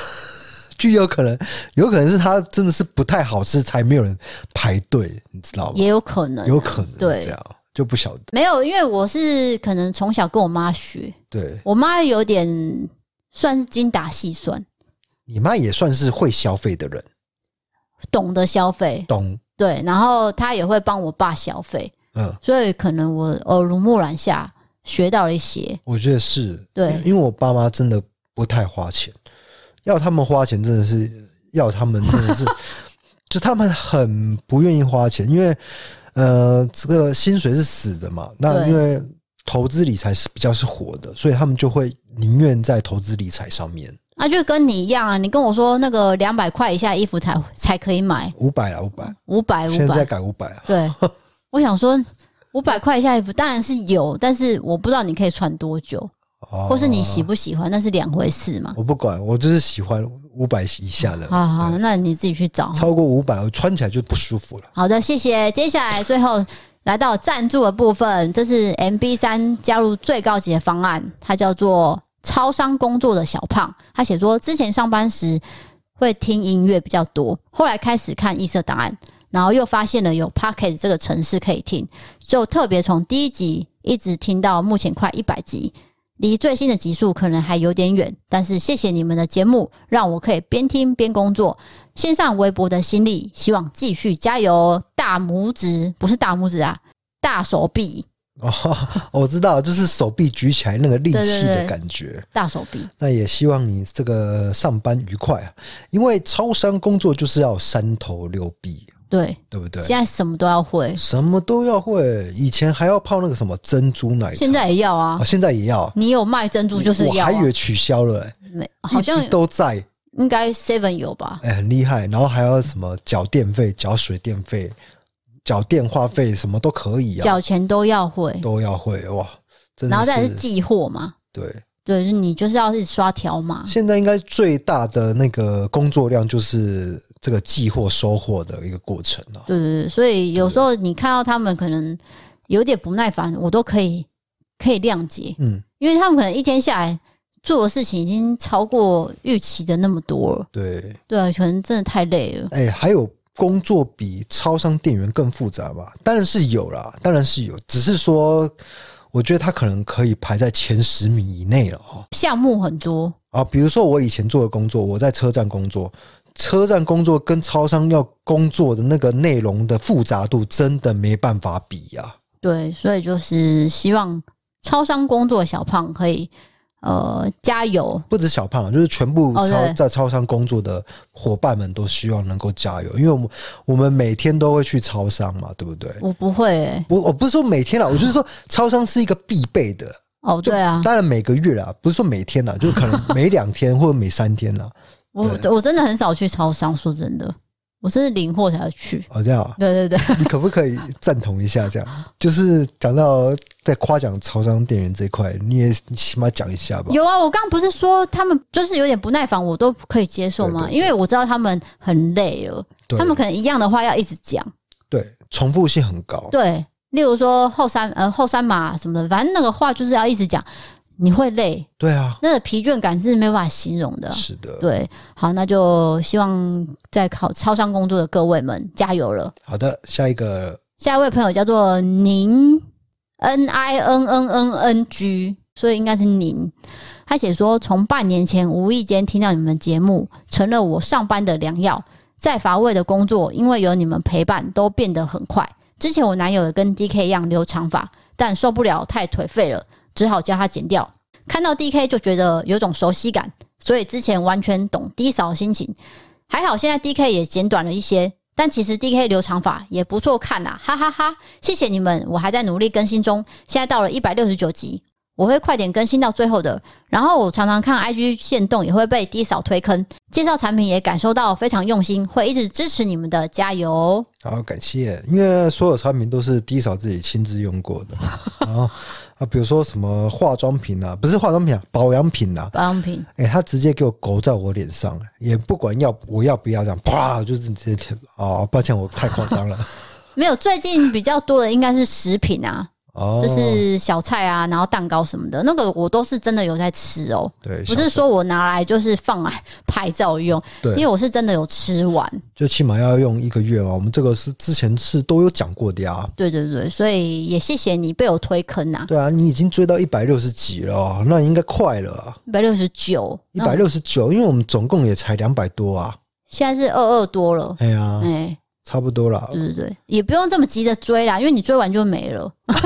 B: 就有可能，有可能是它真的是不太好吃，才没有人排队，你知道吗？
A: 也有可能啊、
B: 有可能是
A: 对
B: 这样，就不晓得。
A: 没有，因为我是可能从小跟我妈学，
B: 对
A: 我妈有点算是精打细算，
B: 你妈也算是会消费的人，
A: 懂得消费，
B: 懂
A: 对，然后她也会帮我爸消费，
B: 嗯，
A: 所以可能我耳濡目染下学到了一些。
B: 我觉得是，
A: 对
B: 因为我爸妈真的不太花钱，要他们花钱真的是，要他们真 的是，就他们很不愿意花钱，因为呃，这个薪水是死的嘛，那
A: 对
B: 因为投资理财是比较是活的，所以他们就会宁愿在投资理财上面
A: 那就跟你一样啊，你跟我说那个两百块以下衣服才才可以买，
B: 五百了，五百，
A: 五百五
B: 现
A: 百，
B: 在改五 百，啊
A: 对，我想说五百块以下衣服当然是有，但是我不知道你可以穿多久，
B: 哦
A: 或是你喜不喜欢，那是两回事嘛。
B: 我不管，我就是喜欢五百以下的，
A: 好好，那你自己去找。
B: 超过五百我穿起来就不舒服了。
A: 好的，谢谢。接下来最后来到赞助的部分，这是 MB 三加入最高级的方案，它叫做超商工作的小胖。他写说，之前上班时会听音乐比较多，后来开始看异色档案，然后又发现了有 Pocket 这个城市可以听，就特别从第一集一直听到目前快一百集。离最新的集数可能还有点远，但是谢谢你们的节目，让我可以边听边工作，线上微博的心力，希望继续加油！大拇指不是大拇指啊，大手臂，
B: 哦，我知道，就是手臂举起来那个力气
A: 对对
B: 的
A: 对
B: 感觉。
A: 大手臂。
B: 那也希望你这个上班愉快啊，因为超商工作就是要三头六臂，
A: 对，
B: 对不对？
A: 现在什么都要会，
B: 什么都要会，以前还要泡那个什么珍珠奶茶，
A: 现在也要啊
B: 哦。现在也要，
A: 你有卖珍珠就是
B: 我
A: 要、啊
B: 还以，为取消了、欸，
A: 没好像
B: 一直都在，
A: 应该 Seven 有吧？
B: 哎、很厉害。然后还要什么缴电费、缴水电费、缴电话费，什么都可以啊，
A: 缴钱都要会，
B: 都要会哇！真的
A: 然后再来是
B: 是
A: 寄货嘛。
B: 对，
A: 对，就是你就是要是刷条码，
B: 现在应该最大的那个工作量就是这个寄货、收货的一个过程啊。
A: 对对对，所以有时候你看到他们可能有点不耐烦，我都可以可以谅解，
B: 嗯，
A: 因为他们可能一天下来做的事情已经超过预期的那么多了，
B: 对，
A: 对啊，可能真的太累了。
B: 哎、还有工作比超商店员更复杂嘛？当然是有啦，当然是有，只是说，我觉得他可能可以排在前十米以内了哦。
A: 项目很多，
B: 啊，比如说我以前做的工作，我在车站工作，车站工作跟超商要工作的那个内容的复杂度真的没办法比啊呀、
A: 对，所以就是希望超商工作的小胖可以呃加油，
B: 不止小胖，就是全部
A: 哦
B: 超、
A: 对
B: 在超商工作的伙伴们都希望能够加油，因为我们我们每天都会去超商嘛，对不对？
A: 我不会、欸、
B: 我我不是说每天啦，我就是说超商是一个必备的，
A: 哦，
B: 就
A: 对啊，
B: 当然每个月啦，不是说每天啦，就是可能每两天或者每三天啦。
A: 我我真的很少去超商，说真的，我真是领货才会去。
B: 哦，这样啊，
A: 对对对，
B: 你可不可以赞同一下？这样就是讲到在夸奖超商店员这一块，你也起码讲一下吧。
A: 有啊，我刚刚不是说他们就是有点不耐烦，我都可以接受
B: 对
A: 吗？
B: 对对
A: 因为我知道他们很累了，
B: 对
A: 他们可能一样的话要一直讲。
B: 对重复性很高，
A: 对，例如说后三呃后三码什么的，反正那个话就是要一直讲，你会累，
B: 对啊，
A: 那个疲倦感是没办法形容的。
B: 是的，
A: 对，好，那就希望在考超商工作的各位们加油了。
B: 好的，下一个
A: 下一位朋友叫做宁 N I N N N N G，所以应该是宁。他写说，从半年前无意间听到你们节目，成了我上班的良药。再乏味的工作，因为有你们陪伴，都变得很快。之前我男友也跟 D K 一样留长发，但受不了太颓废了，只好叫他剪掉。看到 D K 就觉得有种熟悉感，所以之前完全懂低嫂的心情。还好现在 D K 也剪短了一些，但其实 D K 留长发也不错看啦，哈哈哈谢谢你们，我还在努力更新中，现在到了一百六十九集，我会快点更新到最后的。然后我常常看 IG 线动，也会被 D 嫂推坑，介绍产品也感受到非常用心，会一直支持你们的，加油！
B: 好，感谢，因为所有产品都是低嫂自己亲自用过 的，然后啊，比如说什么化妆品啊，不是化妆品啊，保养品啊，
A: 保养品，
B: 哎、他直接给我勾在我脸上，也不管要我要不要这样，啪，就是直接哦，抱歉，我太夸 张了，
A: 没有最近比较多的应该是食品啊，
B: 哦，
A: 就是小菜啊，然后蛋糕什么的，那个我都是真的有在吃哦。
B: 对，
A: 不是说我拿来就是放来拍照用，
B: 对
A: 因为我是真的有吃完，
B: 就起码要用一个月嘛，我们这个是之前是都有讲过的呀。
A: 对对对，所以也谢谢你被我推坑啊，
B: 对啊，你已经追到一百六十几了哦，那你应该快了啊，
A: 一百六十九，
B: 一百
A: 那
B: 六十九，因为我们总共也才两百多啊。
A: 现在是二二多了，
B: 哎呀
A: 哎、，
B: 差不多啦，
A: 对对对，也不用这么急着追啦，因为你追完就没了。啊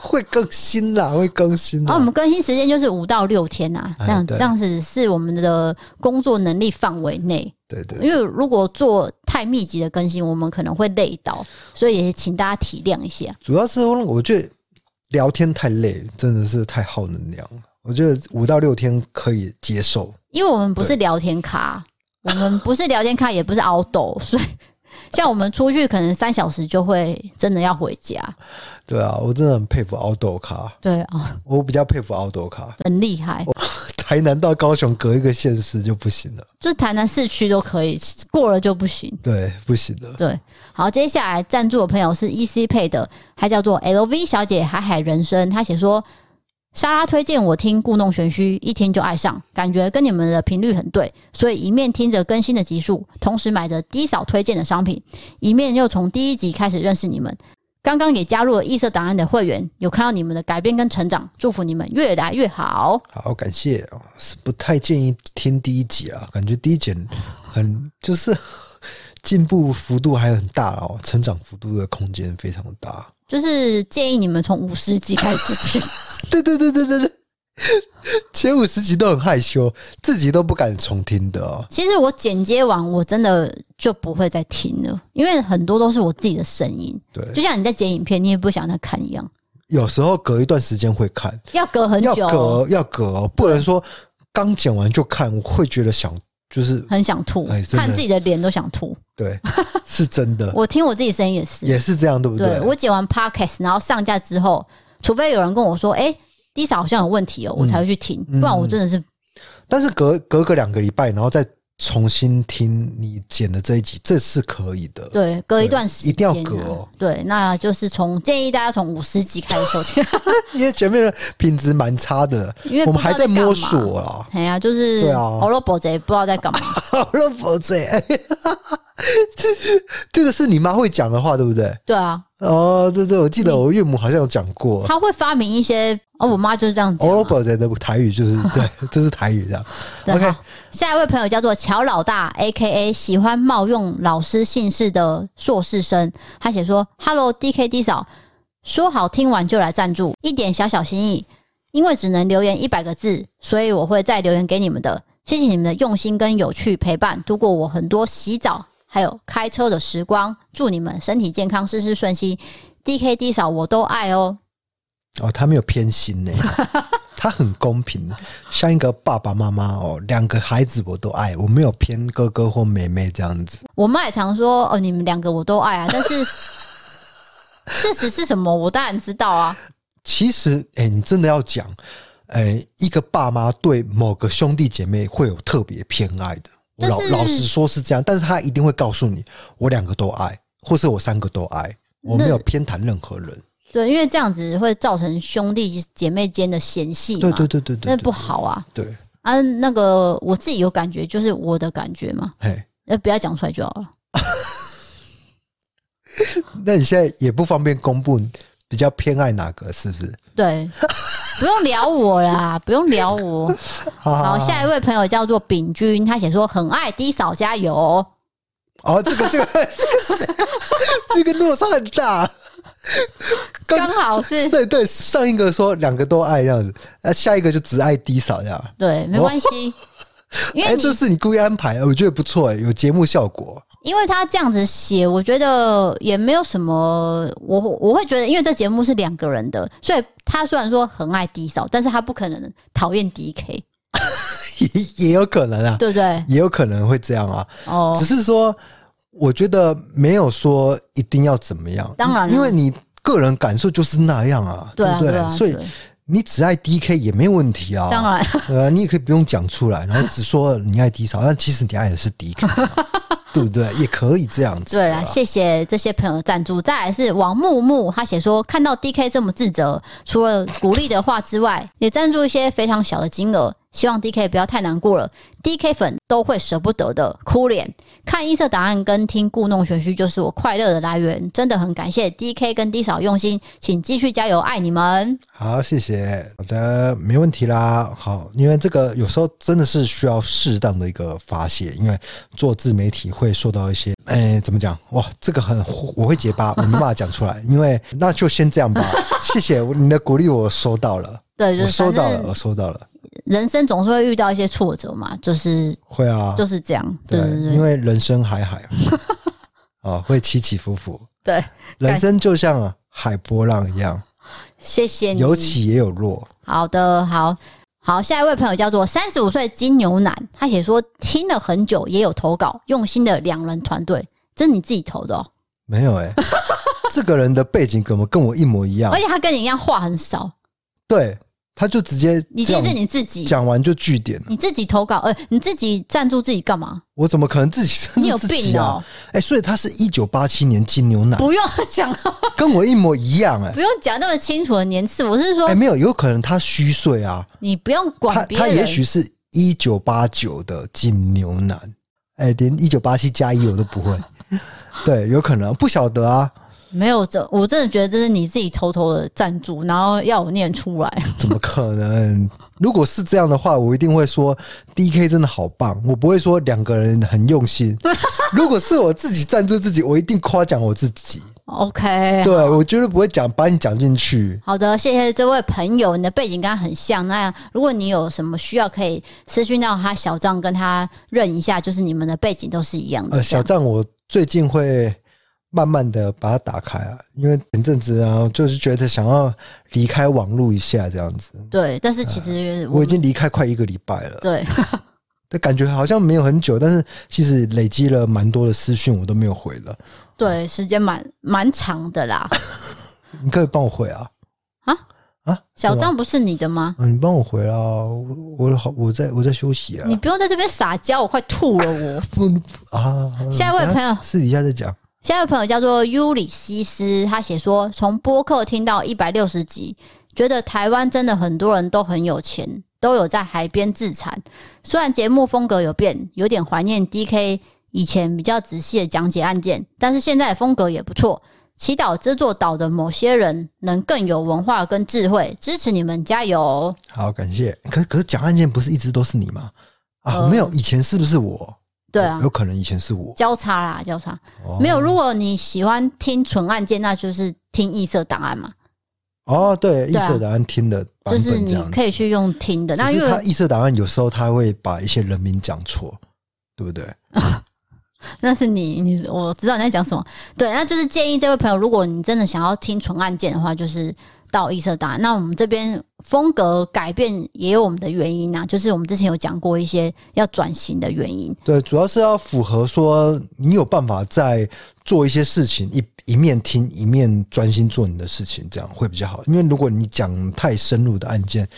B: 会更新啦，会更新啊
A: 然后我
B: 啦。
A: 们更新时间就是五到六天呐、啊，
B: 哎
A: 这样
B: 对
A: 这样子是我们的工作能力范围内，
B: 对对
A: 因为如果做太密集的更新，我们可能会累到，所以也请大家体谅一下。
B: 主要是我觉得聊天太累，真的是太耗能量了。我觉得五到六天可以接受。
A: 因为我们不是聊天咖，我们不是聊天咖，也不是熬斗，所以像我们出去可能三小时就会真的要回家。
B: 对啊，我真的很佩服奥斗卡，
A: 对啊、哦
B: 我比较佩服奥斗卡。
A: 很厉害，
B: 台南到高雄隔一个县市就不行了，
A: 就台南市区都可以，过了就不行。
B: 对，不行了。
A: 对，好，接下来赞助的朋友是 EC 配的，她叫做 LV 小姐海海人生，她写说。莎拉推荐我听《故弄玄虚》，一听就爱上，感觉跟你们的频率很对，所以一面听着更新的集数，同时买着低嫂推荐的商品，一面又从第一集开始认识你们。刚刚也加入了异色档案的会员，有看到你们的改变跟成长，祝福你们越来越好。
B: 好，感谢哦，是不太建议听第一集啊，感觉第一集很就是 进步幅度还很大哦，成长幅度的空间非常大。
A: 就是建议你们从五十集开始听，
B: 对对对对对 对，前五十集都很害羞，自己都不敢重听的哦。
A: 其实我剪接完，我真的就不会再听了，因为很多都是我自己的声音，就
B: 对，
A: 像你在剪影片，你也不想再看一样，
B: 有时候隔一段时间会看，
A: 要隔很
B: 要
A: 久哦，
B: 隔要隔哦，不能说刚剪完就看，我会觉得想就是
A: 很想吐
B: 哎，真的
A: 看自己的脸都想吐。
B: 对， 是真的，
A: 我听我自己声音也是，
B: 也是这样，对不
A: 对我剪完 podcast，然后上架之后，除非有人跟我说，哎、d i s a 好像有问题哦，我才会去听，
B: 嗯
A: 不然我真的是
B: 但是隔隔个两个礼拜，然后再重新听你剪的这一集，这是可以的。
A: 对隔一段时间、啊、
B: 一定要隔哦
A: 对，那就是从建议大家从五十集开始收听，
B: 因为前面的品质蛮差的，
A: 因为不
B: 我们
A: 知道
B: 还在
A: 干嘛
B: 摸索啊。
A: 哎呀、就是
B: 对啊
A: 胡萝卜贼不知道在干嘛。
B: 好了，佛姐， 这个是你妈会讲的话，对不对？
A: 对啊，
B: 哦，对对，我记得我岳母好像有讲过。
A: 他会啊发明一些哦，我妈就是这样讲、
B: 欧罗
A: 啊。
B: 伯的台语就是对， 这是台语这样。
A: 对
B: OK，
A: 好下一位朋友叫做乔老大，A K A 喜欢冒用老师姓氏的硕士生，他写说：“Hello D K D 嫂，说好听完就来赞助，一点小小心意，因为只能留言一百个字，所以我会再留言给你们的。谢谢你们的用心跟有趣陪伴，度过我很多洗澡还有开车的时光。祝你们身体健康，事事顺心。D K D 嫂我都爱哦。
B: 哦，他没有偏心呢，他很公平，像一个爸爸妈妈哦，两个孩子我都爱，我没有偏哥哥或妹妹这样子。
A: 我妈也常说哦，你们两个我都爱啊，但 是事实是什么，我当然知道啊。
B: 其实，哎、你真的要讲，哎、一个爸妈对某个兄弟姐妹会有特别偏爱的。我老
A: 但是
B: 老实说是这样，但是他一定会告诉你，我两个都爱，或是我三个都爱，我没有偏袒任何人。
A: 对，因为这样子会造成兄弟姐妹间的嫌隙嘛，
B: 对对对对对，
A: 那不好啊。
B: 对。对，
A: 啊，那个我自己有感觉，就是我的感觉嘛，
B: 嘿，
A: 呃，不要讲出来就好了。
B: 那你现在也不方便公布比较偏爱哪个，是不是？
A: 对，不用聊我啦，不用聊我。
B: 啊
A: 好，下一位朋友叫做炳君，他写说很爱 D 嫂加油。
B: 哦，这个这 个这个这个落差很大，
A: 刚好是
B: 对对，上一个说两个都爱这样子，呃，下一个就只爱低扫这样。
A: 对，没关系，因
B: 哎、
A: 为你
B: 这是你故意安排，我觉得不错、哎，有节目效果。
A: 因为他这样子写，我觉得也没有什么，我我会觉得，因为这节目是两个人的，所以他虽然说很爱 D 嫂，但是他不可能讨厌 DK，
B: 也也有可能啊，
A: 对不对？
B: 也有可能会这样啊。
A: 哦
B: 只，是说，我觉得没有说一定要怎么样，
A: 当然了啊
B: 因为你个人感受就是那样啊，
A: 对啊，
B: 不
A: 对啊，
B: 所以
A: 对
B: 你只爱 DK 也没问题啊，
A: 当然，
B: 呃，你也可以不用讲出来，然后只说你爱 D 嫂，但其实你爱的是 DK，啊、对不对？也可以这样子、啊。
A: 对啦，谢谢这些朋友的赞助。再来是王木木，他写说看到 DK 这么自责，除了鼓励的话之外，也赞助一些非常小的金额，希望 DK 不要太难过了。DK 粉都会舍不得的，哭脸。看音色档案跟听故弄玄虚就是我快乐的来源，真的很感谢 DK 跟 D 嫂用心，请继续加油，爱你们。
B: 好，谢谢，好的，没问题啦。好，因为这个有时候真的是需要适当的一个发泄，因为做自媒体会受到一些，哎、怎么讲？哇，这个很，我会结巴，我没办法讲出来，因为那就先这样吧。谢谢你的鼓励，我收到了，
A: 对， 就
B: 我
A: 是反
B: 收到了，我
A: 正
B: 收到了。
A: 人生总是会遇到一些挫折嘛，就是
B: 会啊，
A: 就是这样，对对
B: 因
A: 对
B: 为人生海海， 啊，会起起伏伏，
A: 对，
B: 人生就像海波浪一样，
A: 谢谢你，
B: 有起也有落。
A: 好的，好好，下一位朋友叫做三十五岁金牛男，他写说听了很久，也有投稿，用心的两人团队，这是你自己投的哦，
B: 没有 哎、这个人的背景怎么跟我一模一样
A: 而？且他跟你一样话很少，
B: 对，他就直接
A: 你今天
B: 讲
A: 是你自己，
B: 讲完就据点了，
A: 你自己投稿，呃，你自己赞助自己干嘛？
B: 我怎么可能自己
A: 你有
B: 自己
A: 病
B: 啊
A: 哦？！
B: 哎、所以他是一九八七年金牛男，
A: 不用讲，啊
B: 跟我一模一样 哎、
A: 不用讲那么清楚的年次，我是说
B: 哎、没有，有可能他虚岁啊，
A: 你不用
B: 他
A: 管别
B: 他
A: 人。
B: 也许是一九八九的金牛男，哎、连一九八七加一我都不 会，对，有可能不晓得啊，
A: 没有这，我真的觉得这是你自己偷偷的赞助，然后要我念出来。
B: 怎么可能？如果是这样的话，我一定会说 D K 真的好棒，我不会说两个人很用心。如果是我自己赞助自己，我一定夸奖我自己。
A: OK，
B: 对，我绝对不会讲把你讲进去。
A: 好的，谢谢这位朋友，你的背景跟他很像。那如果你有什么需要，可以私讯到他小账，跟他认一下，就是你们的背景都是一样的。
B: 呃，小
A: 这样
B: 账我最近会慢慢的把它打开啊，因为前阵子啊，就是觉得想要离开网络一下这样子。
A: 对，但是其实
B: 我已经离开快一个礼拜了，
A: 对
B: 但感觉好像没有很久，但是其实累积了蛮多的私讯，我都没有回了。
A: 对时间蛮蛮长的 啦。
B: 你可以帮我回啊？
A: 啊
B: 啊，
A: 小
B: 什么
A: 账不是你的吗？
B: 嗯，你帮我回啊！我我好，我在我在休息啊
A: 你不用在这边撒娇，我快吐了我。
B: 啊！好了
A: 下一位
B: 等
A: 朋友
B: 私私底下再讲。
A: 下一位朋友叫做尤里西斯，他写说从播客听到一百六十集，觉得台湾真的很多人都很有钱，都有在海边自产。虽然节目风格有变，有点怀念 D K 以前比较仔细的讲解案件，但是现在的风格也不错。祈祷这座岛的某些人能更有文化跟智慧，支持你们，加油！
B: 好，感谢。可可是讲案件不是一直都是你吗？啊，
A: 呃
B: 没有，以前是不是我？
A: 对啊
B: 有有可能以前是我。
A: 交叉啦，交叉。
B: 呃哦
A: 没有，如果你喜欢听纯案件，那就是听异色档案嘛，
B: 哦，对，异
A: 对啊
B: 色答案听的版
A: 就
B: 本
A: 是
B: 这
A: 你
B: 样子
A: 可以。去用听的。
B: 只
A: 那因
B: 是
A: 为
B: 他异色答案有时候他会把一些人名讲错，对不对？
A: 那是你，你我知道你在讲什么。对，那就是建议这位朋友，如果你真的想要听纯案件的话，就是到异色档案。那我们这边风格改变也有我们的原因啊，就是我们之前有讲过一些要转型的原因。
B: 对，主要是要符合说你有办法在做一些事情，一一面听一面专心做你的事情，这样会比较好。因为如果你讲太深入的案件，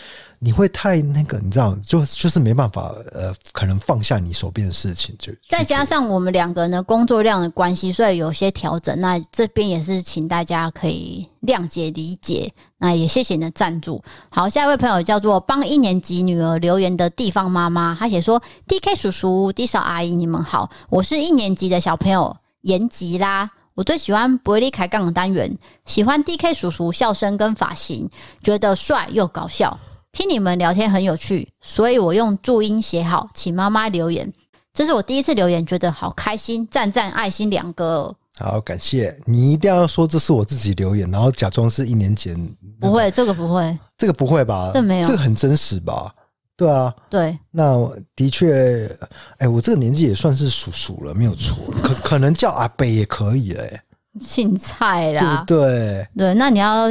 B: 你会太那个，你知道，就就是没办法，呃，可能放下你手边的事情，就
A: 再加上我们两个人的工作量的关系，所以有些调整。那这边也是请大家可以谅解理解。那也谢谢你的赞助。好，下一位朋友叫做帮一年级女儿留言的地方妈妈，她写说：“D K 叔叔、D 嫂阿姨，你们好，我是一年级的小朋友延吉啦。”我最喜欢伯利开杠的单元，喜欢 D K 叔叔笑声跟发型，觉得帅又搞笑。听你们聊天很有趣，所以我用注音写好，请妈妈留言。这是我第一次留言，觉得好开心，赞赞爱心两个哦。
B: 好，感谢你一定要说这是我自己留言，然后假装是一年前，
A: 不会，这个不会，
B: 这个不会吧？
A: 哦这没有
B: 这个很真实吧？对啊，
A: 对，
B: 那我的确，哎、我这个年纪也算是叔叔了，没有错，可可能叫阿伯也可以嘞、
A: 青菜
B: 对不
A: 啦，
B: 对？
A: 对，那你要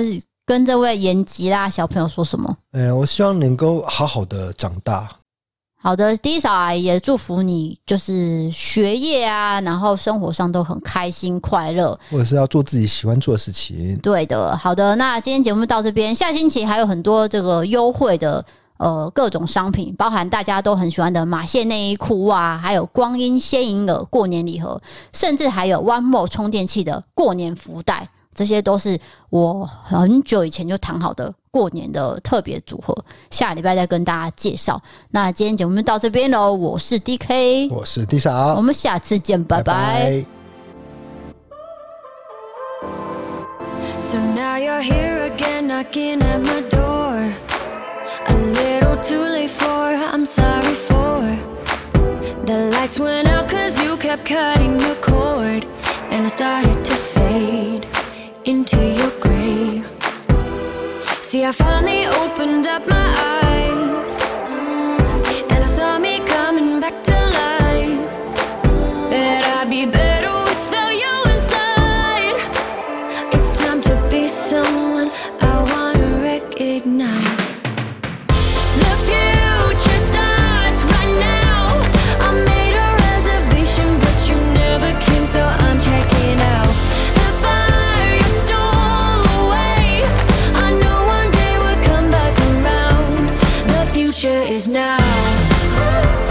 A: 跟这位延吉啦小朋友说什么？
B: 嗯，我希望能够好好的长大。
A: 好的，第一嫂阿姨也祝福你，就是学业啊，然后生活上都很开心快乐。
B: 或者是要做自己喜欢做的事情。
A: 对的，好的，那今天节目到这边，下星期还有很多这个优惠的。呃，各种商品，包含大家都很喜欢的马线内衣裤啊，还有光阴鲜银耳过年礼盒，甚至还有 One More 充电器的过年福袋，这些都是我很久以前就谈好的过年的特别组合。下礼拜再跟大家介绍。那今天节目就到这边喽，我是 D K，
B: 我是 D
A: 我
B: 嫂，
A: 们下次见，拜拜。
C: So now you're here again, knocking at my door. A little too late for, I'm sorry for. The lights went out cause you kept cutting the cord. And I started to fade into your gray. See, I finally opened up my eyes. Mm. And I saw me coming back to life. That I'd be better without you inside. It's time to be someone I wanna recognize. The few future is now.